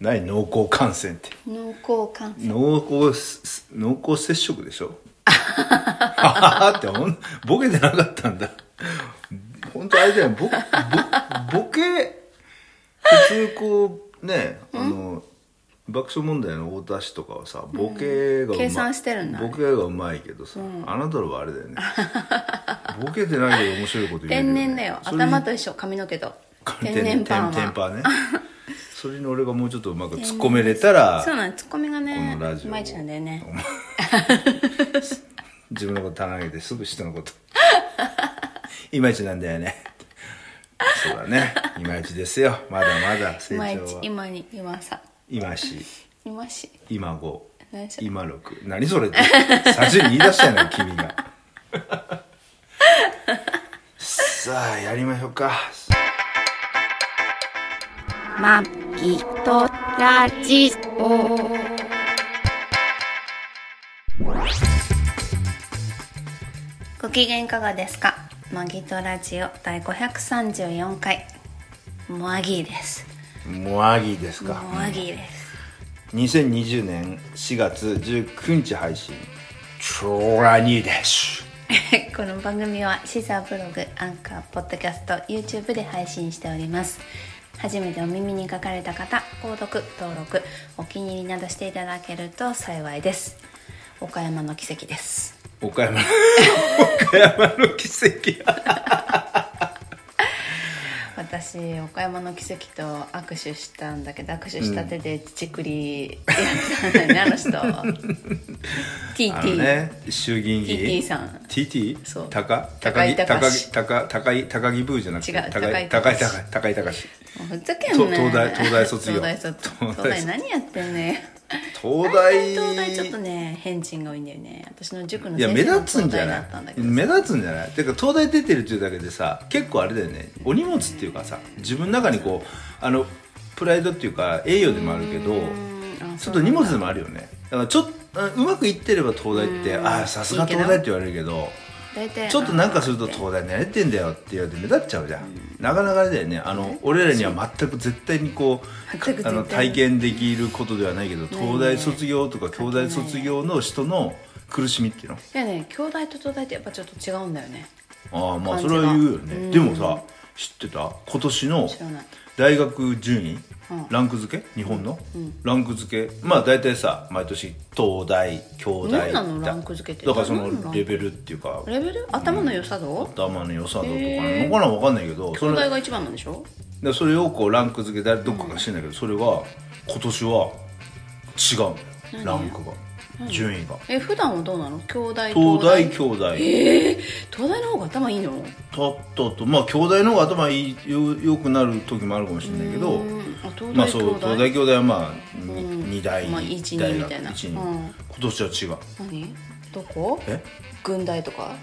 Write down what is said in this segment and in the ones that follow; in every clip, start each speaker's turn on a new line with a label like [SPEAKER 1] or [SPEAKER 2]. [SPEAKER 1] ない濃厚感染って
[SPEAKER 2] 濃厚感染
[SPEAKER 1] 濃厚す濃厚接触でしょははってほんボケてなかったんだ本当あれだよボボボケ普通こうねあの爆笑問題の太田氏とかはさボケがうまい
[SPEAKER 2] 計算してるんだ
[SPEAKER 1] ボケがうまいけどさ、あなたのはあれだ よねボケてないけど面白いこと言える
[SPEAKER 2] 天然だよ
[SPEAKER 1] それに
[SPEAKER 2] 頭と一緒髪の毛と
[SPEAKER 1] 天
[SPEAKER 2] 天
[SPEAKER 1] 然
[SPEAKER 2] 然パ
[SPEAKER 1] 天
[SPEAKER 2] ン
[SPEAKER 1] 然
[SPEAKER 2] は
[SPEAKER 1] パンねそれに俺がもうちょっとうまく突っ込めれたら
[SPEAKER 2] そうなのツッコミがね
[SPEAKER 1] このラジオ
[SPEAKER 2] まいちゃうんだよね
[SPEAKER 1] 自分のこと棚上げてすぐ人のこといまいちなんだよねそうだねいまいちですよまだまだ成長
[SPEAKER 2] 今
[SPEAKER 1] は
[SPEAKER 2] 一今に今さ
[SPEAKER 1] 今し
[SPEAKER 2] 今し
[SPEAKER 1] 今五
[SPEAKER 2] 何それ
[SPEAKER 1] 今六何それって最初に言い出したよね君がさあやりましょうか
[SPEAKER 3] マギトラジオ。
[SPEAKER 2] ご機嫌いかがですかマギトラジオ第534回モアギーです
[SPEAKER 1] モアギーですか
[SPEAKER 2] モアギーです
[SPEAKER 1] 2020年4月19日配信チョラニーデッシュ
[SPEAKER 2] この番組はシザーブログアンカーポッドキャスト YouTube で配信しております初めてお耳に書かかれた方購読登録お気に入りなどしていただけると幸いです岡山の奇跡です
[SPEAKER 1] 岡山 岡山の奇跡
[SPEAKER 2] 私岡山の奇跡と握手したんだけど握手した手でちくりやったんだよね、あの人
[SPEAKER 1] あの
[SPEAKER 2] TT、
[SPEAKER 1] ね衆議院議員
[SPEAKER 2] TT さん
[SPEAKER 1] TT?
[SPEAKER 2] そう
[SPEAKER 1] 高
[SPEAKER 2] 高
[SPEAKER 1] 木
[SPEAKER 2] 井
[SPEAKER 1] 高
[SPEAKER 2] 隆
[SPEAKER 1] 木高高木高木ブーじゃなくて
[SPEAKER 2] 違う
[SPEAKER 1] 高井高
[SPEAKER 2] 高
[SPEAKER 1] 井
[SPEAKER 2] 井
[SPEAKER 1] 高
[SPEAKER 2] 隆
[SPEAKER 1] 井高井隆
[SPEAKER 2] もうふざけん
[SPEAKER 1] と
[SPEAKER 2] なよ
[SPEAKER 1] 東大東大卒業
[SPEAKER 2] 東大卒
[SPEAKER 1] 東大卒
[SPEAKER 2] 東大何やってんね
[SPEAKER 1] 東
[SPEAKER 2] 大
[SPEAKER 1] 大
[SPEAKER 2] 体東大ちょっとね変人が多いんだよね私の塾の
[SPEAKER 1] いや目
[SPEAKER 2] 先生も
[SPEAKER 1] 立つん
[SPEAKER 2] 東
[SPEAKER 1] じゃ
[SPEAKER 2] 大だ
[SPEAKER 1] な
[SPEAKER 2] ったんだ
[SPEAKER 1] い
[SPEAKER 2] けど
[SPEAKER 1] 目立つんじゃないてか東大出てるっていうだけでさ結構あれだよねお荷物っていうかさ自分の中にこうあのプライドっていうか栄誉でもあるけど
[SPEAKER 2] うんあ
[SPEAKER 1] ちょっと荷物でもあるよねだからちょっとあうまくいってれば東大ってああさすが東大って言われるけど
[SPEAKER 2] 大体
[SPEAKER 1] ちょっとなんかすると東大何やってんだよって言われて目立っちゃうじゃん、なかなかあれだよねあの俺らには全く絶対にこ
[SPEAKER 2] 全く
[SPEAKER 1] う
[SPEAKER 2] 絶
[SPEAKER 1] あ
[SPEAKER 2] 対に
[SPEAKER 1] の体験できることではないけど東大卒業とか京大卒業の人の苦しみっていうの
[SPEAKER 2] いやね京大と東大ってやっぱちょっと違うんだよね
[SPEAKER 1] ああまあ
[SPEAKER 2] 感
[SPEAKER 1] そ
[SPEAKER 2] じが
[SPEAKER 1] れは言うよね、
[SPEAKER 2] うん
[SPEAKER 1] でもさ知ってた今年の
[SPEAKER 2] 知らない
[SPEAKER 1] 大学順位
[SPEAKER 2] うん
[SPEAKER 1] ランク付け日本の、ランク付けまあ大体さ毎年東大京大
[SPEAKER 2] 何なのランク付けって
[SPEAKER 1] だからそ
[SPEAKER 2] 何のラン
[SPEAKER 1] の
[SPEAKER 2] ク
[SPEAKER 1] レベルっていうか
[SPEAKER 2] レベル頭の良さ度、
[SPEAKER 1] 頭の良さだとかな
[SPEAKER 2] へー
[SPEAKER 1] のかな分かんないけどそ
[SPEAKER 2] 東大
[SPEAKER 1] れ
[SPEAKER 2] が一番なんでしょ
[SPEAKER 1] でそれをこうランク付け誰どっかがしてんだけど、それは今年は違うんだよランクが順位が
[SPEAKER 2] え普段はどうなの京大
[SPEAKER 1] 東大
[SPEAKER 2] 東
[SPEAKER 1] 京大
[SPEAKER 2] 大東大の方が頭いいの
[SPEAKER 1] たったとまあ京大の方が頭いいよよくなる時もあるかもしれないけど
[SPEAKER 2] うんあ東大
[SPEAKER 1] まあそう
[SPEAKER 2] 東大
[SPEAKER 1] 東大京大はまあ 2, 大
[SPEAKER 2] まあ一二みたいな
[SPEAKER 1] 一二
[SPEAKER 2] うん
[SPEAKER 1] 今年は違う
[SPEAKER 2] 何どこ
[SPEAKER 1] え
[SPEAKER 2] 軍大とか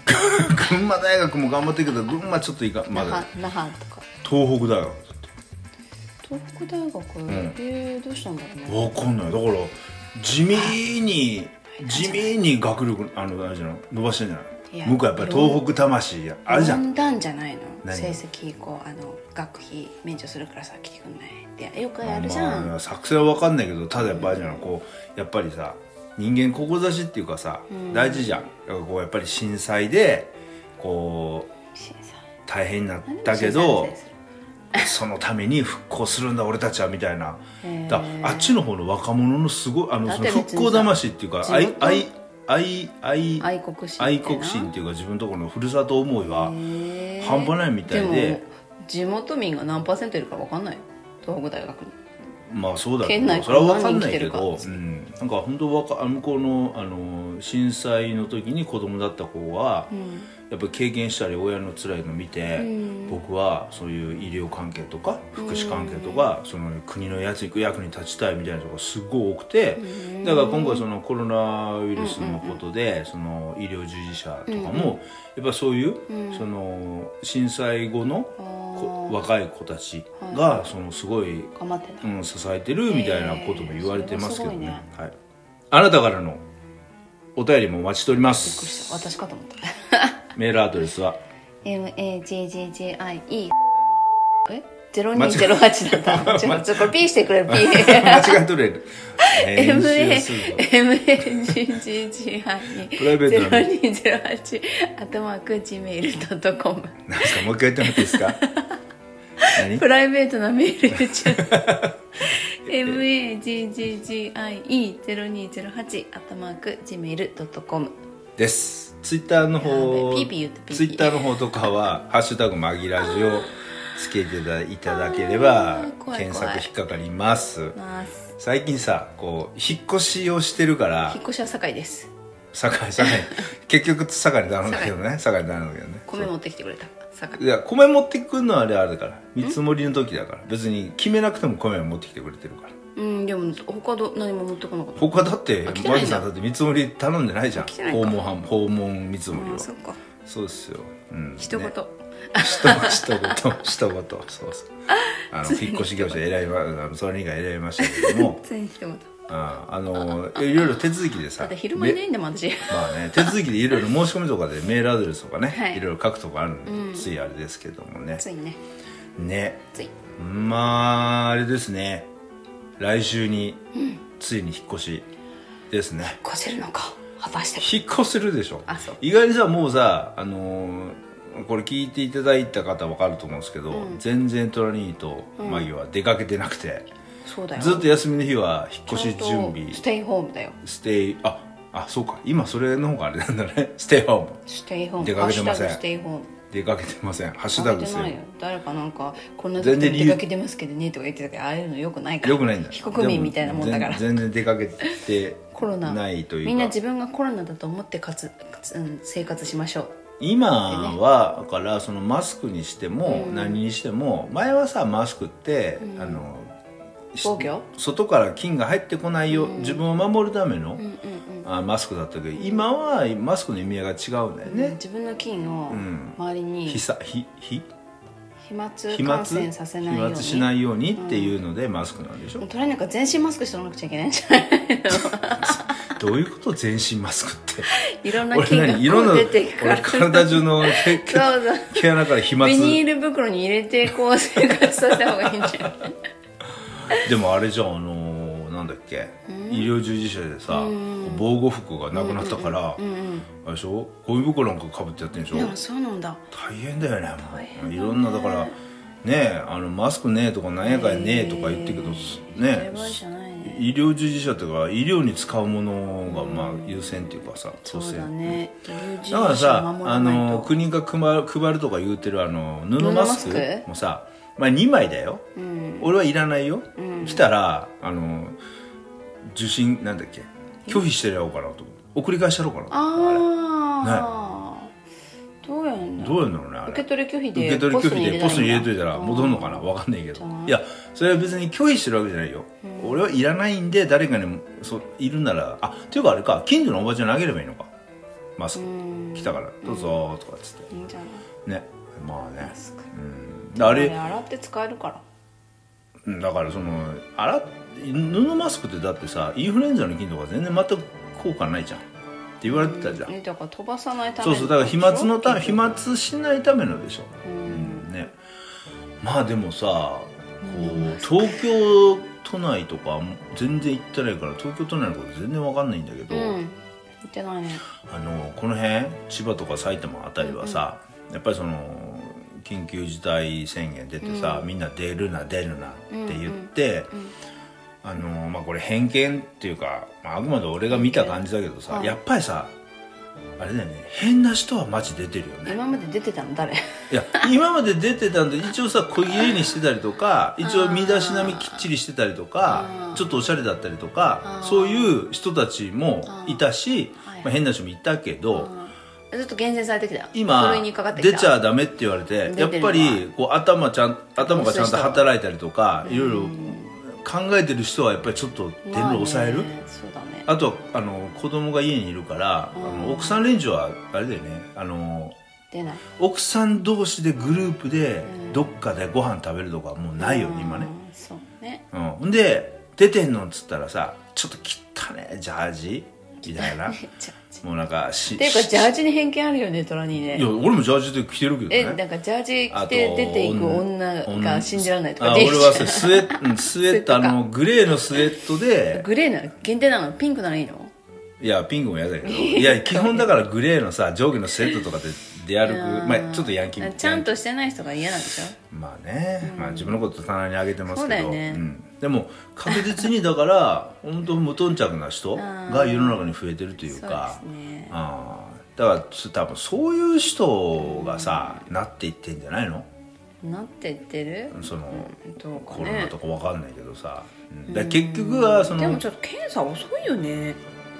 [SPEAKER 1] 群馬大学も頑張ってるけど群馬ちょっといかんま
[SPEAKER 2] 那
[SPEAKER 1] だ
[SPEAKER 2] 覇那覇とか
[SPEAKER 1] 東北大学だって
[SPEAKER 2] 東北大学、
[SPEAKER 1] ん
[SPEAKER 2] えーどうしたんだろうね
[SPEAKER 1] わかんないだから地味に地味に学力あのあれじゃない伸ばしてんじゃ
[SPEAKER 2] い
[SPEAKER 1] な
[SPEAKER 2] や
[SPEAKER 1] い向こうやっぱり東北魂やあれじゃん
[SPEAKER 2] 論壇じゃないの
[SPEAKER 1] 何
[SPEAKER 2] 成績こうあの学費免除するからさ来てくんないってよくやるじゃん、
[SPEAKER 1] まあ、作戦は分かんないけどただやっぱあれじゃないこうやっぱりさ人間志っていうかさ、大事じゃんだからこうやっぱり震災でこう
[SPEAKER 2] 審査
[SPEAKER 1] 大変になったけどそのために復興するんだ俺たちはみたいな
[SPEAKER 2] へー
[SPEAKER 1] だからあっちの方の若者のすごいあの
[SPEAKER 2] だっ
[SPEAKER 1] そ
[SPEAKER 2] て
[SPEAKER 1] の
[SPEAKER 2] 別にさ
[SPEAKER 1] 復興魂っていうか
[SPEAKER 2] 地
[SPEAKER 1] 愛
[SPEAKER 2] 元
[SPEAKER 1] 愛愛愛
[SPEAKER 2] 愛国心みたいな
[SPEAKER 1] 愛国心っていうか自分のところのふるさと思いは
[SPEAKER 2] へー
[SPEAKER 1] 半端ないみたいで
[SPEAKER 2] も地元民が何パーセントいるかわかんないよ東北大学に
[SPEAKER 1] まあそうだけ
[SPEAKER 2] 県内
[SPEAKER 1] ど
[SPEAKER 2] か
[SPEAKER 1] それは分かんないけ
[SPEAKER 2] 何
[SPEAKER 1] ど
[SPEAKER 2] 人
[SPEAKER 1] う
[SPEAKER 2] 来、て
[SPEAKER 1] ん、なんか本当わかあの向こうのあの震災の時に子供だった子は、やっぱり経験したり親の辛いの見て、僕はそういう医療関係とか福祉関係とか、その国のやつ役に立ちたいみたいな人がすごい多くて、だから今回そのコロナウイルスのことで、その医療従事者とかも、やっぱそういう、その震災後のこ若い子たちがそのすごい
[SPEAKER 2] 頑張ってんだ
[SPEAKER 1] うん、支えてるみたいなことも言われてますけどね,、
[SPEAKER 2] えーそれはす
[SPEAKER 1] はい、あなたからのお便りもお待ちしておりま
[SPEAKER 2] びっくり
[SPEAKER 1] す
[SPEAKER 2] した私かと思った
[SPEAKER 1] メールアドレスは
[SPEAKER 2] MAGGIE え0208だ った。ちょっとこれ P してくれる P。
[SPEAKER 1] 間違えとれる 編集するわ
[SPEAKER 2] MAMAGGI
[SPEAKER 1] プライベートなの
[SPEAKER 2] 0208アットマーク Gmail.com
[SPEAKER 1] なんですかもう一回やってもらっていいです か何
[SPEAKER 2] プライベートなメール言っちゃう MAGGIE0208 アットマーク Gmail.com
[SPEAKER 1] ですツイッターの方
[SPEAKER 2] やべピーピー言ってピー
[SPEAKER 1] ツ
[SPEAKER 2] ピー
[SPEAKER 1] イッターの方とかは「ハッシュタグマギラジ」をつけていただいただければ
[SPEAKER 2] あー怖い怖い
[SPEAKER 1] 検索引っかかります
[SPEAKER 2] ます
[SPEAKER 1] 最近さこう引っ越しをしてるから
[SPEAKER 2] 引っ越しは堺です
[SPEAKER 1] 酒井酒井結局酒井に頼んだけどね酒井に頼んだけどね
[SPEAKER 2] 米持ってきてくれた堺
[SPEAKER 1] いや米持ってくるのはあれあれだから見積もりの時だから別に決めなくても米を持ってきてくれてるから
[SPEAKER 2] うんでも他ど何も持ってこなかった
[SPEAKER 1] 他だって
[SPEAKER 2] あ来てな
[SPEAKER 1] マ
[SPEAKER 2] い
[SPEAKER 1] ギ
[SPEAKER 2] んだ
[SPEAKER 1] さんだって見積もり頼んでないじゃん
[SPEAKER 2] 来てないか
[SPEAKER 1] 訪問は訪問見積もり
[SPEAKER 2] あ
[SPEAKER 1] は
[SPEAKER 2] あそっか
[SPEAKER 1] そうですよ、うん、
[SPEAKER 2] 一言、
[SPEAKER 1] ね人と人 と人とそうそうあの引っ越し業者選びまあのそれ以外選びましたけども
[SPEAKER 2] 全然一言
[SPEAKER 1] ああのいろいろ手続きで
[SPEAKER 2] だ
[SPEAKER 1] さ
[SPEAKER 2] って昼間いない
[SPEAKER 1] め
[SPEAKER 2] んだもん私
[SPEAKER 1] まあね手続きでいろいろ申し込みとかでメールアドレスとかね、
[SPEAKER 2] はい
[SPEAKER 1] い、ろいろ書くとかあるんで、
[SPEAKER 2] うん
[SPEAKER 1] ついあれですけどもね
[SPEAKER 2] ついね
[SPEAKER 1] ね
[SPEAKER 2] つい
[SPEAKER 1] まああれですね来週に、ついに引っ越しですね
[SPEAKER 2] 越せるのか果たして
[SPEAKER 1] 引っ越せるでしょ
[SPEAKER 2] あそう
[SPEAKER 1] 意外にさもうさあのーこれ聞いていただいた方わかると思うんですけど、
[SPEAKER 2] うん
[SPEAKER 1] 全然トラニーとマギは出かけてなくて、
[SPEAKER 2] そうだよ
[SPEAKER 1] ずっと休みの日は引っ越し
[SPEAKER 2] ちゃん
[SPEAKER 1] 準備
[SPEAKER 2] とステイホームだよ
[SPEAKER 1] ステイああそうか今それの方があれなんだねステイホーム
[SPEAKER 2] ステイホーム
[SPEAKER 1] 出かけてません
[SPEAKER 2] ハッシュタグステイホーム
[SPEAKER 1] 出かけてませんハッシュタ
[SPEAKER 2] 出
[SPEAKER 1] グ
[SPEAKER 2] か
[SPEAKER 1] で
[SPEAKER 2] け
[SPEAKER 1] すよ
[SPEAKER 2] てないよ誰かなんかこんな時
[SPEAKER 1] 全
[SPEAKER 2] で
[SPEAKER 1] 然理由
[SPEAKER 2] 出かけてますけどねとか言ってたけどああいうのよくないから
[SPEAKER 1] よくないんだ
[SPEAKER 2] 非国民みたいなもんだから
[SPEAKER 1] で全然全然出かけて
[SPEAKER 2] コロナ
[SPEAKER 1] ないというか
[SPEAKER 2] みんな自分がコロナだと思ってかつかつ、うん、生活しましょ
[SPEAKER 1] 今はだからそのマスクにしても
[SPEAKER 2] うん
[SPEAKER 1] 何にしても前はさマスクって、あのし
[SPEAKER 2] 防御
[SPEAKER 1] 外から菌が入ってこないよ、自分を守るための、
[SPEAKER 2] う、うんうん
[SPEAKER 1] あマスクだったけど今はマスクの意味合いが違うんだよ
[SPEAKER 2] うん
[SPEAKER 1] ね、
[SPEAKER 2] 自分の菌を
[SPEAKER 1] ん
[SPEAKER 2] 周りに
[SPEAKER 1] ひさひひ
[SPEAKER 2] 飛沫
[SPEAKER 1] 飛沫
[SPEAKER 2] 感染させない
[SPEAKER 1] 飛
[SPEAKER 2] ように
[SPEAKER 1] 沫しないようにっていうのでマスクなんでしょ、
[SPEAKER 2] もう取れないから全身マスクしておらなくちゃいけないんじ ゃない
[SPEAKER 1] どういうこと全身マスクって
[SPEAKER 2] いろんな
[SPEAKER 1] 俺
[SPEAKER 2] 菌が
[SPEAKER 1] 何いろん
[SPEAKER 2] こ
[SPEAKER 1] な
[SPEAKER 2] う出ていくから
[SPEAKER 1] 俺体中の毛
[SPEAKER 2] そうそう
[SPEAKER 1] 毛穴から飛沫
[SPEAKER 2] ビニール袋に入れてこう生活させた方がいいんじゃない
[SPEAKER 1] でもあれじゃんあのーなんだっけ医療従事者でさ防護服がなくなったからあれでしょゴミ袋なんかかぶってやってんでしょ
[SPEAKER 2] でもそうなんだ
[SPEAKER 1] 大変だよねもういろんなだからねあのマスクねえとかなんやかんやねえとか言ってるけどね
[SPEAKER 2] やばいじゃないね
[SPEAKER 1] 医療従事者っていうか医療に使うものがまあ優先っていうかさ
[SPEAKER 2] そ
[SPEAKER 1] 当
[SPEAKER 2] うだ
[SPEAKER 1] 然
[SPEAKER 2] ね友人
[SPEAKER 1] だからさ
[SPEAKER 2] 守
[SPEAKER 1] あ
[SPEAKER 2] らないと
[SPEAKER 1] の国が配る配るとか言うてるあの布マス
[SPEAKER 2] 布マス
[SPEAKER 1] ク
[SPEAKER 2] ク
[SPEAKER 1] もさ、まあ、2枚だよ、俺はいらないよ、来たらあの受信なんだっけ拒否してやろうかなと思う送り返してやろうかな
[SPEAKER 2] ああ、どうやんの
[SPEAKER 1] どうやるんだろうねあれ
[SPEAKER 2] 受け取り拒否
[SPEAKER 1] 受
[SPEAKER 2] で
[SPEAKER 1] け取り拒
[SPEAKER 2] ポストに
[SPEAKER 1] 否でポ
[SPEAKER 2] 入れたら
[SPEAKER 1] ストに入れといたら
[SPEAKER 2] あー
[SPEAKER 1] 戻るのかなわかんないけど
[SPEAKER 2] ない
[SPEAKER 1] いやそれは別に拒否してるわけじゃないよ、俺はいらないんで誰かにもそういるならあっていうかあれか近所のおばちゃんにあげればいいのかマスク来たからどうぞーとかっつって
[SPEAKER 2] いいんじゃない
[SPEAKER 1] ねまあね
[SPEAKER 2] ですか
[SPEAKER 1] うんあれ
[SPEAKER 2] 洗って使えるから
[SPEAKER 1] うんだからその洗っ布マスクってだってさインフルエンザの菌とか全然全く効果ないじゃんって言われてたじゃん、
[SPEAKER 2] えだから飛ばさないため
[SPEAKER 1] そう
[SPEAKER 2] の
[SPEAKER 1] そうだから飛沫のため飛
[SPEAKER 2] でしょ
[SPEAKER 1] 沫しないためのでしょ、
[SPEAKER 2] うん
[SPEAKER 1] ねまあでもさこ
[SPEAKER 2] 布マ
[SPEAKER 1] う東京都内とか全然行ってないから東京都内のこと全然わかんないんだけど、
[SPEAKER 2] うん言ってないね
[SPEAKER 1] あのこの辺千葉とか埼玉あたりはさ、やっぱりその緊急事態宣言出てさ、みんな出るな出るなって言って、あのまあ、これ偏見っていうか、まあ、あくまで俺が見た感じだけどさ、
[SPEAKER 2] うん
[SPEAKER 1] やっぱりさあれだよね変な人はマジ出てるよね
[SPEAKER 2] 今まで出てた の誰
[SPEAKER 1] いや今まで出てたんで一応さ小家にしてたりとか一応身だしなみきっちりしてたりとか
[SPEAKER 2] うん
[SPEAKER 1] ちょっとおしゃれだったりと
[SPEAKER 2] う
[SPEAKER 1] か
[SPEAKER 2] ん
[SPEAKER 1] そういう人たちもいたし
[SPEAKER 2] うんはい、
[SPEAKER 1] まあ、変な人もいたけど、
[SPEAKER 2] ずっと厳選されてきた
[SPEAKER 1] 今
[SPEAKER 2] ふるいにかかってき
[SPEAKER 1] 出
[SPEAKER 2] た
[SPEAKER 1] ちゃダメって言われて
[SPEAKER 2] 出て
[SPEAKER 1] や
[SPEAKER 2] る
[SPEAKER 1] っ
[SPEAKER 2] のは
[SPEAKER 1] ぱりこう頭ちゃん頭がちゃんと
[SPEAKER 2] そういう人
[SPEAKER 1] 働いたりとかいろいろ考えてる人はやっぱりちょっと出るの
[SPEAKER 2] まあね
[SPEAKER 1] 抑える、
[SPEAKER 2] そうだね
[SPEAKER 1] あとはあの子供が家にいるから、
[SPEAKER 2] うん
[SPEAKER 1] あの奥さん連中はあれだよねあの
[SPEAKER 2] 出ない
[SPEAKER 1] 奥さん同士でグループで
[SPEAKER 2] うん
[SPEAKER 1] どっかでご飯食べるとかはもうないよね、今ね、
[SPEAKER 2] うんそうね
[SPEAKER 1] うん、ほんで出てんのっつったらさちょっと汚ねえジャージみたいな
[SPEAKER 2] 出ちゃうジ
[SPEAKER 1] もうなんかし
[SPEAKER 2] っていうか
[SPEAKER 1] し
[SPEAKER 2] ジャージに偏見あるよねトラニー
[SPEAKER 1] いや
[SPEAKER 2] ね
[SPEAKER 1] 俺もジャージで着てるけどね
[SPEAKER 2] えなんかジャージ着
[SPEAKER 1] あと
[SPEAKER 2] て出ていく女が信じられないとか
[SPEAKER 1] あ
[SPEAKER 2] で
[SPEAKER 1] 俺
[SPEAKER 2] きち
[SPEAKER 1] は
[SPEAKER 2] ゃ
[SPEAKER 1] さ
[SPEAKER 2] う
[SPEAKER 1] スウェッうんスウェット
[SPEAKER 2] スウェットか
[SPEAKER 1] あのグレーのスウェットで
[SPEAKER 2] グレーなの限定なのピンクなのいいの
[SPEAKER 1] いやピンクも嫌だけどいや基本だからグレーのさ上下のスウェットとかで出歩くまあちょっとヤンキーみたいな
[SPEAKER 2] ちゃんとしてない人が嫌なんでしょ
[SPEAKER 1] まあね、まあ自分のこと棚に上げてます
[SPEAKER 2] そう
[SPEAKER 1] け
[SPEAKER 2] だよ
[SPEAKER 1] ど、
[SPEAKER 2] ね
[SPEAKER 1] んでも確実にだから本当無頓着な人が世の中に増えてるというか
[SPEAKER 2] そうですね
[SPEAKER 1] あーだからつ多分そういう人がさ、なっていってんじゃないの
[SPEAKER 2] なって言ってる
[SPEAKER 1] その、
[SPEAKER 2] どうか
[SPEAKER 1] コロナ
[SPEAKER 2] ね
[SPEAKER 1] とかわかんないけどさ、うん、だから結局はそ
[SPEAKER 2] でも
[SPEAKER 1] の
[SPEAKER 2] ちょっと検査遅いよね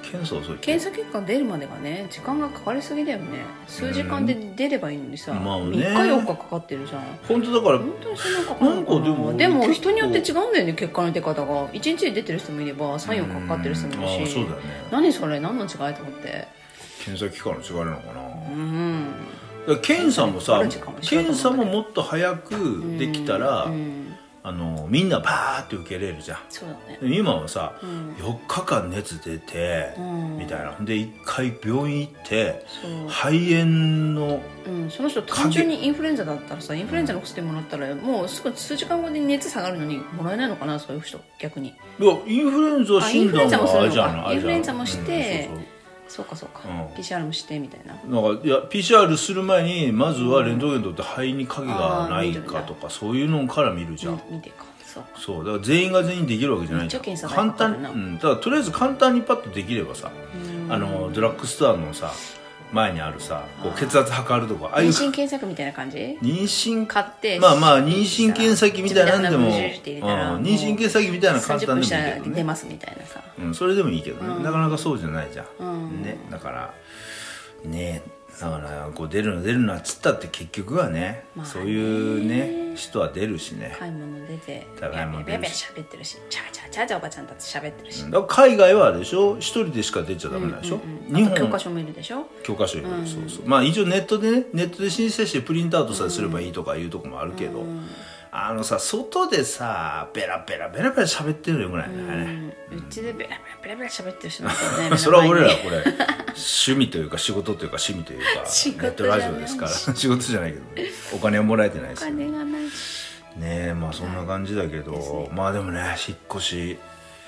[SPEAKER 1] 検査遅い
[SPEAKER 2] 検査結果出るまでがね時間がかかりすぎだよね数時間で出ればいいのにさ、
[SPEAKER 1] まあね
[SPEAKER 2] 3日4日かかってるじゃん
[SPEAKER 1] 本当だから
[SPEAKER 2] 本当にそんなかかるのか
[SPEAKER 1] なん
[SPEAKER 2] な
[SPEAKER 1] かでも
[SPEAKER 2] でも
[SPEAKER 1] 結構
[SPEAKER 2] 人によって違うんだよね結果の出方が1日で出てる人もいれば34日かかってる人もい
[SPEAKER 1] うんあ
[SPEAKER 2] る
[SPEAKER 1] ー
[SPEAKER 2] し
[SPEAKER 1] そうだよね
[SPEAKER 2] 何それ何の違いと思って
[SPEAKER 1] 検査期間の違いなのかな、
[SPEAKER 2] うん
[SPEAKER 1] だから検査もさ
[SPEAKER 2] 検査にかかる時間も一緒だと思うんだけど
[SPEAKER 1] 検査ももっと早くできたら、
[SPEAKER 2] うん
[SPEAKER 1] あのみんなバーって受けれるじゃん
[SPEAKER 2] そうだね
[SPEAKER 1] でも今はさ、
[SPEAKER 2] うん
[SPEAKER 1] 4日間熱出て、
[SPEAKER 2] うん
[SPEAKER 1] みたいなで一回病院行って
[SPEAKER 2] そう
[SPEAKER 1] 肺炎の
[SPEAKER 2] うん、その人単純にインフルエンザだったらさインフルエンザの薬もらったらもうすぐ数時間後に熱下がるのにもらえないのかなそういう人逆に
[SPEAKER 1] いやインフルエンザ
[SPEAKER 2] あイ
[SPEAKER 1] 診
[SPEAKER 2] ンフルエ
[SPEAKER 1] 断
[SPEAKER 2] ンザもする
[SPEAKER 1] はあ
[SPEAKER 2] のか
[SPEAKER 1] れじゃないあれじゃない
[SPEAKER 2] インフルエンザもして
[SPEAKER 1] うんそう
[SPEAKER 2] そうかそうか、
[SPEAKER 1] うん
[SPEAKER 2] PCR もしてみたいな
[SPEAKER 1] そうなんかいや PCR する前にまずはレントゲン取って肺に影がない
[SPEAKER 2] あー見る
[SPEAKER 1] か
[SPEAKER 2] んだ
[SPEAKER 1] とかそういうのから見るじゃん、
[SPEAKER 2] 見てかそうか
[SPEAKER 1] そうだから全員が全員できるわけじゃないじゃん
[SPEAKER 2] 一応検査代
[SPEAKER 1] 簡
[SPEAKER 2] かかる
[SPEAKER 1] 単、
[SPEAKER 2] な
[SPEAKER 1] うん、ただとりあえず簡単にパッとできればさあのドラッグストアのさ前にあるさこう血圧測るとかああ
[SPEAKER 2] 妊
[SPEAKER 1] いう
[SPEAKER 2] 娠検査器みたいな感じ
[SPEAKER 1] 妊娠
[SPEAKER 2] 買って
[SPEAKER 1] まあまあ妊娠検査器みたいなんでも、うん、
[SPEAKER 2] 自分
[SPEAKER 1] 妊
[SPEAKER 2] で穴ブシュッて入れたらもう
[SPEAKER 1] 娠検査器みたいなの簡
[SPEAKER 2] 30
[SPEAKER 1] 単
[SPEAKER 2] 分
[SPEAKER 1] で
[SPEAKER 2] し
[SPEAKER 1] もい
[SPEAKER 2] た
[SPEAKER 1] い
[SPEAKER 2] ら
[SPEAKER 1] けど
[SPEAKER 2] 出
[SPEAKER 1] ね、
[SPEAKER 2] ますみたいなさ
[SPEAKER 1] うん、それでもいいけどね、なかなかそうじゃないじゃん、
[SPEAKER 2] うん
[SPEAKER 1] ねだからねだからこう出るの出るなっつったって結局はね,、
[SPEAKER 2] まあね
[SPEAKER 1] そういうね人は出るしね、
[SPEAKER 2] 買い物出てべ
[SPEAKER 1] 高いもん出
[SPEAKER 2] べ
[SPEAKER 1] る
[SPEAKER 2] べ
[SPEAKER 1] し
[SPEAKER 2] 喋ってるしチャーチャーチャーチャーおばちゃんたち喋ってるし、
[SPEAKER 1] うんだから海外はあれでしょ一人でしか出ちゃダメなんでしょ、
[SPEAKER 2] あと教科書もいるでしょ
[SPEAKER 1] 教科書に、そうそうまあ一応ネットでねネットで申請してプリントアウトさえすればいいとかいうとこもあるけど、あのさ外でさベラベラベラベラ喋ってるのよくないね、あれね
[SPEAKER 2] うちでベラベラベラベラ喋ってる人なんだよね
[SPEAKER 1] それは俺ら
[SPEAKER 2] 目の
[SPEAKER 1] これ趣味というか仕事というか趣味というか
[SPEAKER 2] 仕
[SPEAKER 1] ネッ
[SPEAKER 2] 事
[SPEAKER 1] ト
[SPEAKER 2] じゃな
[SPEAKER 1] ラ
[SPEAKER 2] い
[SPEAKER 1] ジオです から仕事じゃないけどねお金はもらえてないですけ
[SPEAKER 2] 前
[SPEAKER 1] ど
[SPEAKER 2] に
[SPEAKER 1] ね
[SPEAKER 2] お金がない
[SPEAKER 1] えまあそんな感じだけど、まあでもね引っ越し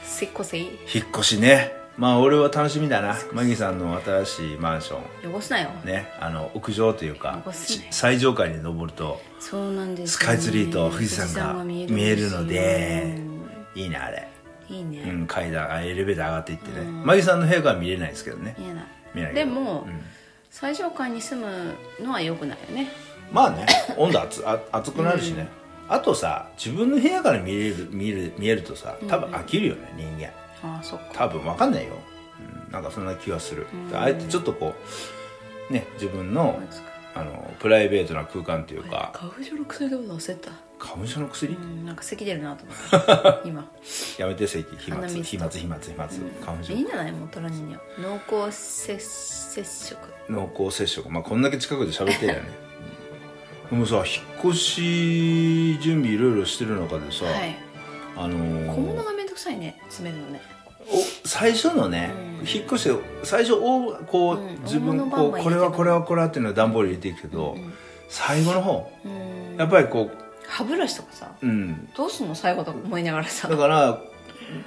[SPEAKER 2] せっこせい
[SPEAKER 1] 引っ越しねまあ俺は楽しみだなマギさんの新しいマンション
[SPEAKER 2] 汚すなよ、
[SPEAKER 1] ね、あの屋上というか、
[SPEAKER 2] 残すね
[SPEAKER 1] 最上階に登ると
[SPEAKER 2] そうなんです
[SPEAKER 1] ス
[SPEAKER 2] よ
[SPEAKER 1] カイツリーと富士山が
[SPEAKER 2] 富士
[SPEAKER 1] 見えるの
[SPEAKER 2] んですよ
[SPEAKER 1] でいいねあれ、
[SPEAKER 2] いいね、
[SPEAKER 1] うん、階段あエレベーター上がっていってねマギさんの部屋からは見れないですけどね
[SPEAKER 2] 見えない
[SPEAKER 1] 見えないけ
[SPEAKER 2] で
[SPEAKER 1] ど
[SPEAKER 2] も、最上階に住むのは良くないよね
[SPEAKER 1] まあね温度熱あ熱くなるしね、あとさ自分の部屋から見れる見る見えるとさ多分飽きるよね、人間
[SPEAKER 2] ああそっか
[SPEAKER 1] 多分わかんないよ、うん、なんかそんな気がする、あえてちょっとこうね自分の
[SPEAKER 2] つか
[SPEAKER 1] あのプライベートな空間というか
[SPEAKER 2] 花粉症の薬でも忘れた
[SPEAKER 1] 花粉症の薬、
[SPEAKER 2] うんなんか咳出るなと思った今
[SPEAKER 1] やめて正規飛沫
[SPEAKER 2] 鼻
[SPEAKER 1] 飛沫
[SPEAKER 2] 水
[SPEAKER 1] 飛沫飛沫花粉症
[SPEAKER 2] いいんじゃないもう虎には濃厚接接触
[SPEAKER 1] 濃厚接触まあこんだけ近くで喋ってるよねでもさ引っ越し準備いろいろしてる中でさ、
[SPEAKER 2] はい
[SPEAKER 1] あの
[SPEAKER 2] 小物
[SPEAKER 1] ー、
[SPEAKER 2] がめんどくさいね詰めるのね
[SPEAKER 1] お最初のね、引っ越して最初おこう、
[SPEAKER 2] うん
[SPEAKER 1] 自
[SPEAKER 2] 大
[SPEAKER 1] 分
[SPEAKER 2] 物バ
[SPEAKER 1] こ
[SPEAKER 2] ン
[SPEAKER 1] う
[SPEAKER 2] バン入れてく
[SPEAKER 1] これはこれはこれはっていうのは段ボール入れていくけど、最後の方
[SPEAKER 2] うん
[SPEAKER 1] やっぱりこ
[SPEAKER 2] 歯ブラシとかさ
[SPEAKER 1] ううん
[SPEAKER 2] どうすんの最後とか思いながらさ
[SPEAKER 1] だから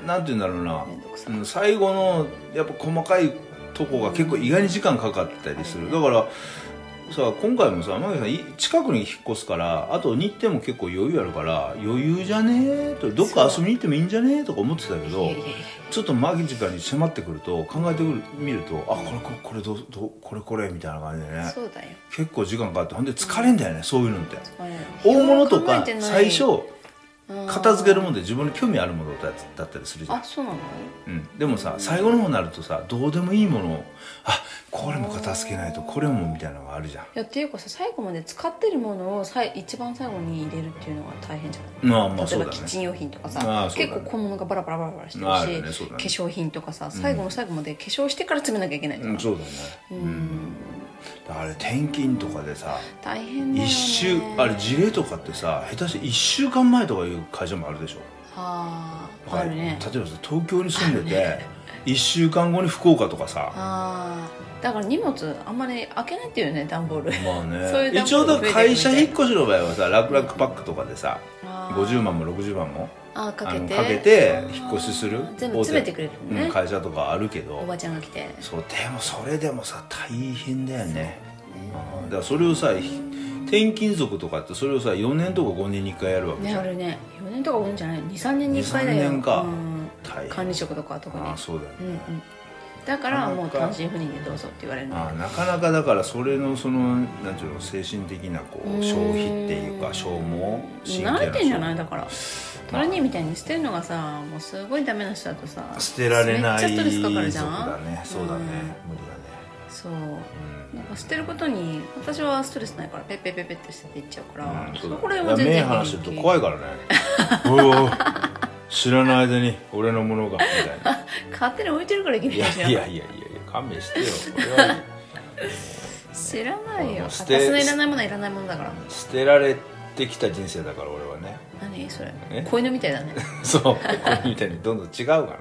[SPEAKER 1] なんて言うんだろうな
[SPEAKER 2] めんどくさ
[SPEAKER 1] うん最後のやっぱ細かいとこが結構意外に時間かかったりする、だからさ今回もさマギさんい近くに引っ越すからあと日程も結構余裕あるから余裕じゃねえとどっか遊びに行ってもいいんじゃねえとか思ってたけ
[SPEAKER 2] い
[SPEAKER 1] ど
[SPEAKER 2] やいやいや
[SPEAKER 1] ちょっと間近に迫ってくると考えてみるとあこれこれこれどうどうこれこれみたいな感じでね
[SPEAKER 2] そうだよ
[SPEAKER 1] 結構時間かかってほんで疲れんだよね、そういうのって
[SPEAKER 2] あれ
[SPEAKER 1] 大物とか
[SPEAKER 2] 考えてない
[SPEAKER 1] 最初
[SPEAKER 2] うん
[SPEAKER 1] 片付けるもんで自分に興味あるものだだったりするじゃん
[SPEAKER 2] あそうなの
[SPEAKER 1] うん、でもさ最後の方になるとさどうでもいいものをあこれも片付けないとこれもみたいなのがあるじゃん
[SPEAKER 2] いやっていうかさ最後まで使ってるものをさい一番最後に入れるっていうのが大変じゃない
[SPEAKER 1] まあまあ
[SPEAKER 2] 例
[SPEAKER 1] そ
[SPEAKER 2] え
[SPEAKER 1] う
[SPEAKER 2] ば
[SPEAKER 1] だね
[SPEAKER 2] キッチン用品とかさ、
[SPEAKER 1] ああそうだね
[SPEAKER 2] 結構小物がバラバラバラバラして
[SPEAKER 1] あるよ
[SPEAKER 2] る
[SPEAKER 1] ね
[SPEAKER 2] し、
[SPEAKER 1] そうだ
[SPEAKER 2] 化
[SPEAKER 1] ね
[SPEAKER 2] 粧品とかさ最後の最後まで化粧してから詰めなきゃいけないとか、
[SPEAKER 1] うんそうだねうんあれ転勤とかでさ
[SPEAKER 2] 大変だよ、
[SPEAKER 1] 一
[SPEAKER 2] ね、
[SPEAKER 1] 週あれ事例とかってさ下手して1週間前とかいう会社もあるでしょ
[SPEAKER 2] あああるね
[SPEAKER 1] 例えばさ東京に住んでて1週間後に福岡とか さ
[SPEAKER 2] ああだから荷物あんまり開けないっていうね段ボール
[SPEAKER 1] まあ
[SPEAKER 2] そうい
[SPEAKER 1] ね
[SPEAKER 2] う段
[SPEAKER 1] 一応
[SPEAKER 2] ボ
[SPEAKER 1] だ
[SPEAKER 2] ール増えてるみたい
[SPEAKER 1] 会社引っ越しの場合はさ楽々パックとかでさ
[SPEAKER 2] あー
[SPEAKER 1] 50万も60万も
[SPEAKER 2] あーかけ
[SPEAKER 1] あの
[SPEAKER 2] て
[SPEAKER 1] かけて
[SPEAKER 2] あー
[SPEAKER 1] 引っ越しする
[SPEAKER 2] 全部詰めてくれるの
[SPEAKER 1] う
[SPEAKER 2] ね
[SPEAKER 1] ん、会社とかあるけど
[SPEAKER 2] おばちゃんが来て
[SPEAKER 1] そうでもそれでもさ大変だよねうんだからそれをさひ転勤族とかってそれをさ4年とか5年に1回やるわけじ
[SPEAKER 2] ね
[SPEAKER 1] ゃ
[SPEAKER 2] あ
[SPEAKER 1] ん、
[SPEAKER 2] れね4年とか多いんじゃない23年に1回だ
[SPEAKER 1] 2
[SPEAKER 2] よ
[SPEAKER 1] 3年か
[SPEAKER 2] うん
[SPEAKER 1] 大変
[SPEAKER 2] 管理職とかは特に
[SPEAKER 1] ああそうだよね、
[SPEAKER 2] うんうんだからもう
[SPEAKER 1] なかなか
[SPEAKER 2] 単身赴任でどうぞって言われるの
[SPEAKER 1] ああなかなかだからそれのそのなんていうの精神的なこ
[SPEAKER 2] うーん
[SPEAKER 1] う消費っていうか消耗神経の
[SPEAKER 2] 慣れてんじゃない
[SPEAKER 1] 消
[SPEAKER 2] だからトレニーみたいに捨てるのがさもうすごいダメな人だとさ
[SPEAKER 1] 耗捨てられない
[SPEAKER 2] めっちゃストレスかかるじゃん
[SPEAKER 1] 族だねそうだね、無理だね
[SPEAKER 2] うんそうなんか捨てることに私はストレスないからペッペッペッペッって捨てていっちゃうから、
[SPEAKER 1] うん
[SPEAKER 2] そ
[SPEAKER 1] そうだね
[SPEAKER 2] こら辺は全
[SPEAKER 1] い
[SPEAKER 2] 然
[SPEAKER 1] や目離してると怖い からねおいおい知らない間に俺のものがみたいな
[SPEAKER 2] 勝手に置いてるからいけないい
[SPEAKER 1] や
[SPEAKER 2] じ
[SPEAKER 1] い
[SPEAKER 2] ゃ
[SPEAKER 1] や
[SPEAKER 2] ん
[SPEAKER 1] いやいやいや勘弁してよ俺は
[SPEAKER 2] 知らないよ
[SPEAKER 1] 捨
[SPEAKER 2] 私
[SPEAKER 1] て
[SPEAKER 2] のいらないものはいらないものだから
[SPEAKER 1] 捨てられてきた人生だから俺はね
[SPEAKER 2] 何それ
[SPEAKER 1] え
[SPEAKER 2] 子犬みたいだね
[SPEAKER 1] そうこれみたいにどんどん違うから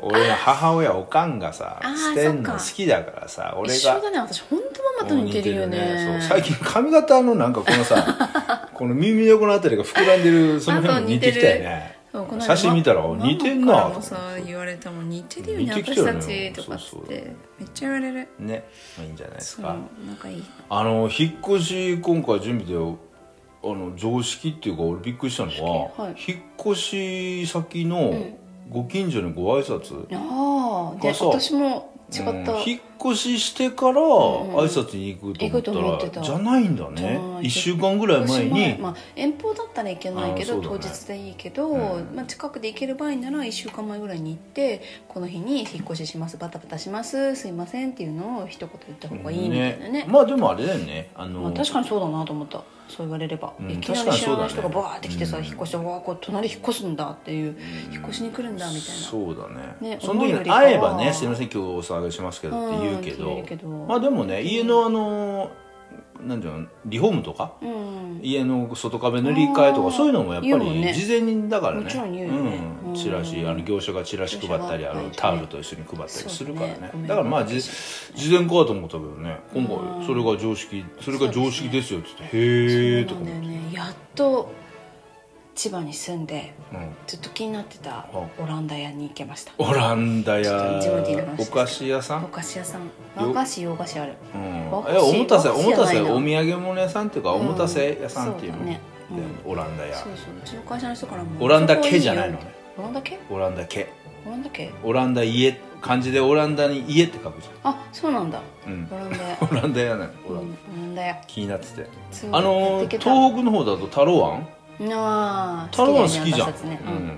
[SPEAKER 1] 俺の母親おかんがさ
[SPEAKER 2] あ
[SPEAKER 1] 捨
[SPEAKER 2] ー
[SPEAKER 1] てんの
[SPEAKER 2] そっ
[SPEAKER 1] 好
[SPEAKER 2] か
[SPEAKER 1] きだからさ俺
[SPEAKER 2] 一
[SPEAKER 1] が
[SPEAKER 2] 緒だね私本当ママと似てるよね
[SPEAKER 1] そう最近髪型のなんかこのさ この耳の横のあたりが膨らんでるその辺も似てきたよね
[SPEAKER 2] そうこの間
[SPEAKER 1] 写真見たら
[SPEAKER 2] ママ
[SPEAKER 1] 似てんな
[SPEAKER 2] ママから
[SPEAKER 1] と思
[SPEAKER 2] も
[SPEAKER 1] っ
[SPEAKER 2] さ
[SPEAKER 1] て
[SPEAKER 2] 言われたもん似てるよね
[SPEAKER 1] 似てき
[SPEAKER 2] 私
[SPEAKER 1] たよね
[SPEAKER 2] たちとかっつ
[SPEAKER 1] そう
[SPEAKER 2] っ
[SPEAKER 1] そう
[SPEAKER 2] てめっちゃ言われる
[SPEAKER 1] ねまあいいんじゃないです
[SPEAKER 2] そう
[SPEAKER 1] か
[SPEAKER 2] なんかいい
[SPEAKER 1] あの引っ越し今回準備であの常識っていうか俺びっくりしたのは、
[SPEAKER 2] はい
[SPEAKER 1] 引っ越し先のご近所にご挨拶、
[SPEAKER 2] ああで
[SPEAKER 1] あそう
[SPEAKER 2] 私も違った、
[SPEAKER 1] うん引っ越ししてから挨拶に行くと思ったら、
[SPEAKER 2] 行くと思ってた
[SPEAKER 1] じゃないんだ
[SPEAKER 2] じゃ
[SPEAKER 1] ね
[SPEAKER 2] ない
[SPEAKER 1] 1週間ぐらい前に
[SPEAKER 2] まあ、遠方だったらいけないけ
[SPEAKER 1] あ
[SPEAKER 2] ど、
[SPEAKER 1] ーそ
[SPEAKER 2] 当
[SPEAKER 1] うだね
[SPEAKER 2] 日でいいけど、
[SPEAKER 1] うん
[SPEAKER 2] まあ、近くで行ける場合なら1週間前ぐらいに行ってこの日に引っ越ししますバタバタしますすいませんっていうのを一言言った方がいいみたいなね
[SPEAKER 1] まあでもあれだよねあの、
[SPEAKER 2] まあ、確かにそうだなと思ったそう言われれば、
[SPEAKER 1] うん
[SPEAKER 2] いきな
[SPEAKER 1] 確
[SPEAKER 2] り
[SPEAKER 1] かに
[SPEAKER 2] 知
[SPEAKER 1] そ
[SPEAKER 2] ら
[SPEAKER 1] うだ
[SPEAKER 2] ない
[SPEAKER 1] ね
[SPEAKER 2] 人がバーって来てさ、
[SPEAKER 1] うん
[SPEAKER 2] 引っ越してわあこれ隣引っ越すんだってい
[SPEAKER 1] う
[SPEAKER 2] う、
[SPEAKER 1] ん
[SPEAKER 2] 引っ越しに来るんだみたいな
[SPEAKER 1] そうだね
[SPEAKER 2] ね
[SPEAKER 1] その時
[SPEAKER 2] 思うよ
[SPEAKER 1] に
[SPEAKER 2] りかは
[SPEAKER 1] 会えばね「すいません今日お騒がせしますけど」って言うけ
[SPEAKER 2] うん
[SPEAKER 1] ど,、
[SPEAKER 2] 言えるけど
[SPEAKER 1] まあでもね家のあのなんていうのリフォームとか、
[SPEAKER 2] うん
[SPEAKER 1] 家の外壁塗り替えと
[SPEAKER 2] あー
[SPEAKER 1] かそういうのもやっぱ
[SPEAKER 2] 言うもんね
[SPEAKER 1] り事前にだからね
[SPEAKER 2] もちろん言うよね
[SPEAKER 1] う
[SPEAKER 2] うん
[SPEAKER 1] ん、チラシあの業者がチラシ配ったりあの
[SPEAKER 2] 業者が
[SPEAKER 1] タオルと一緒に配ったりするから
[SPEAKER 2] そう
[SPEAKER 1] ね
[SPEAKER 2] だねごめん
[SPEAKER 1] だからまあじ事前かと思ったけどね今回それが常識それが常識ですよっつって「へえ」と
[SPEAKER 2] そう
[SPEAKER 1] か
[SPEAKER 2] なんだ
[SPEAKER 1] 思っ
[SPEAKER 2] よ
[SPEAKER 1] て
[SPEAKER 2] ねやっと千葉に住んで
[SPEAKER 1] うん
[SPEAKER 2] ずっと気になってたオランダ屋に行けました
[SPEAKER 1] オランダ
[SPEAKER 2] ちょっと
[SPEAKER 1] や
[SPEAKER 2] 一番手に入れま
[SPEAKER 1] お
[SPEAKER 2] した
[SPEAKER 1] 菓子屋さ
[SPEAKER 2] お
[SPEAKER 1] ん
[SPEAKER 2] 菓子屋さん和菓子洋菓子ある
[SPEAKER 1] うん、
[SPEAKER 2] 和菓子
[SPEAKER 1] えおもたせ
[SPEAKER 2] 和菓
[SPEAKER 1] お
[SPEAKER 2] 子
[SPEAKER 1] もたせ
[SPEAKER 2] や
[SPEAKER 1] お
[SPEAKER 2] ないな
[SPEAKER 1] 土産物屋さんっていうかおもたせ屋さんっていう
[SPEAKER 2] そう
[SPEAKER 1] の
[SPEAKER 2] だねうん
[SPEAKER 1] でオランダや
[SPEAKER 2] そうそううちの会社の人からも
[SPEAKER 1] オランダ系じゃないのね
[SPEAKER 2] オランダ系
[SPEAKER 1] オランダ系
[SPEAKER 2] オランダ系
[SPEAKER 1] オランダ家漢字でオランダに家って書くじ
[SPEAKER 2] あそうなんだ
[SPEAKER 1] ゃん、うん
[SPEAKER 2] オ、ランダ屋
[SPEAKER 1] オランダやなのオ
[SPEAKER 2] う
[SPEAKER 1] ラ
[SPEAKER 2] ん
[SPEAKER 1] ンダ、
[SPEAKER 2] オランダ屋
[SPEAKER 1] 気になってて
[SPEAKER 2] そう
[SPEAKER 1] あ
[SPEAKER 2] や
[SPEAKER 1] の
[SPEAKER 2] っていけ
[SPEAKER 1] ー
[SPEAKER 2] た
[SPEAKER 1] 東北の方だと太郎庵
[SPEAKER 2] ああ
[SPEAKER 1] 太郎は好きじゃんうん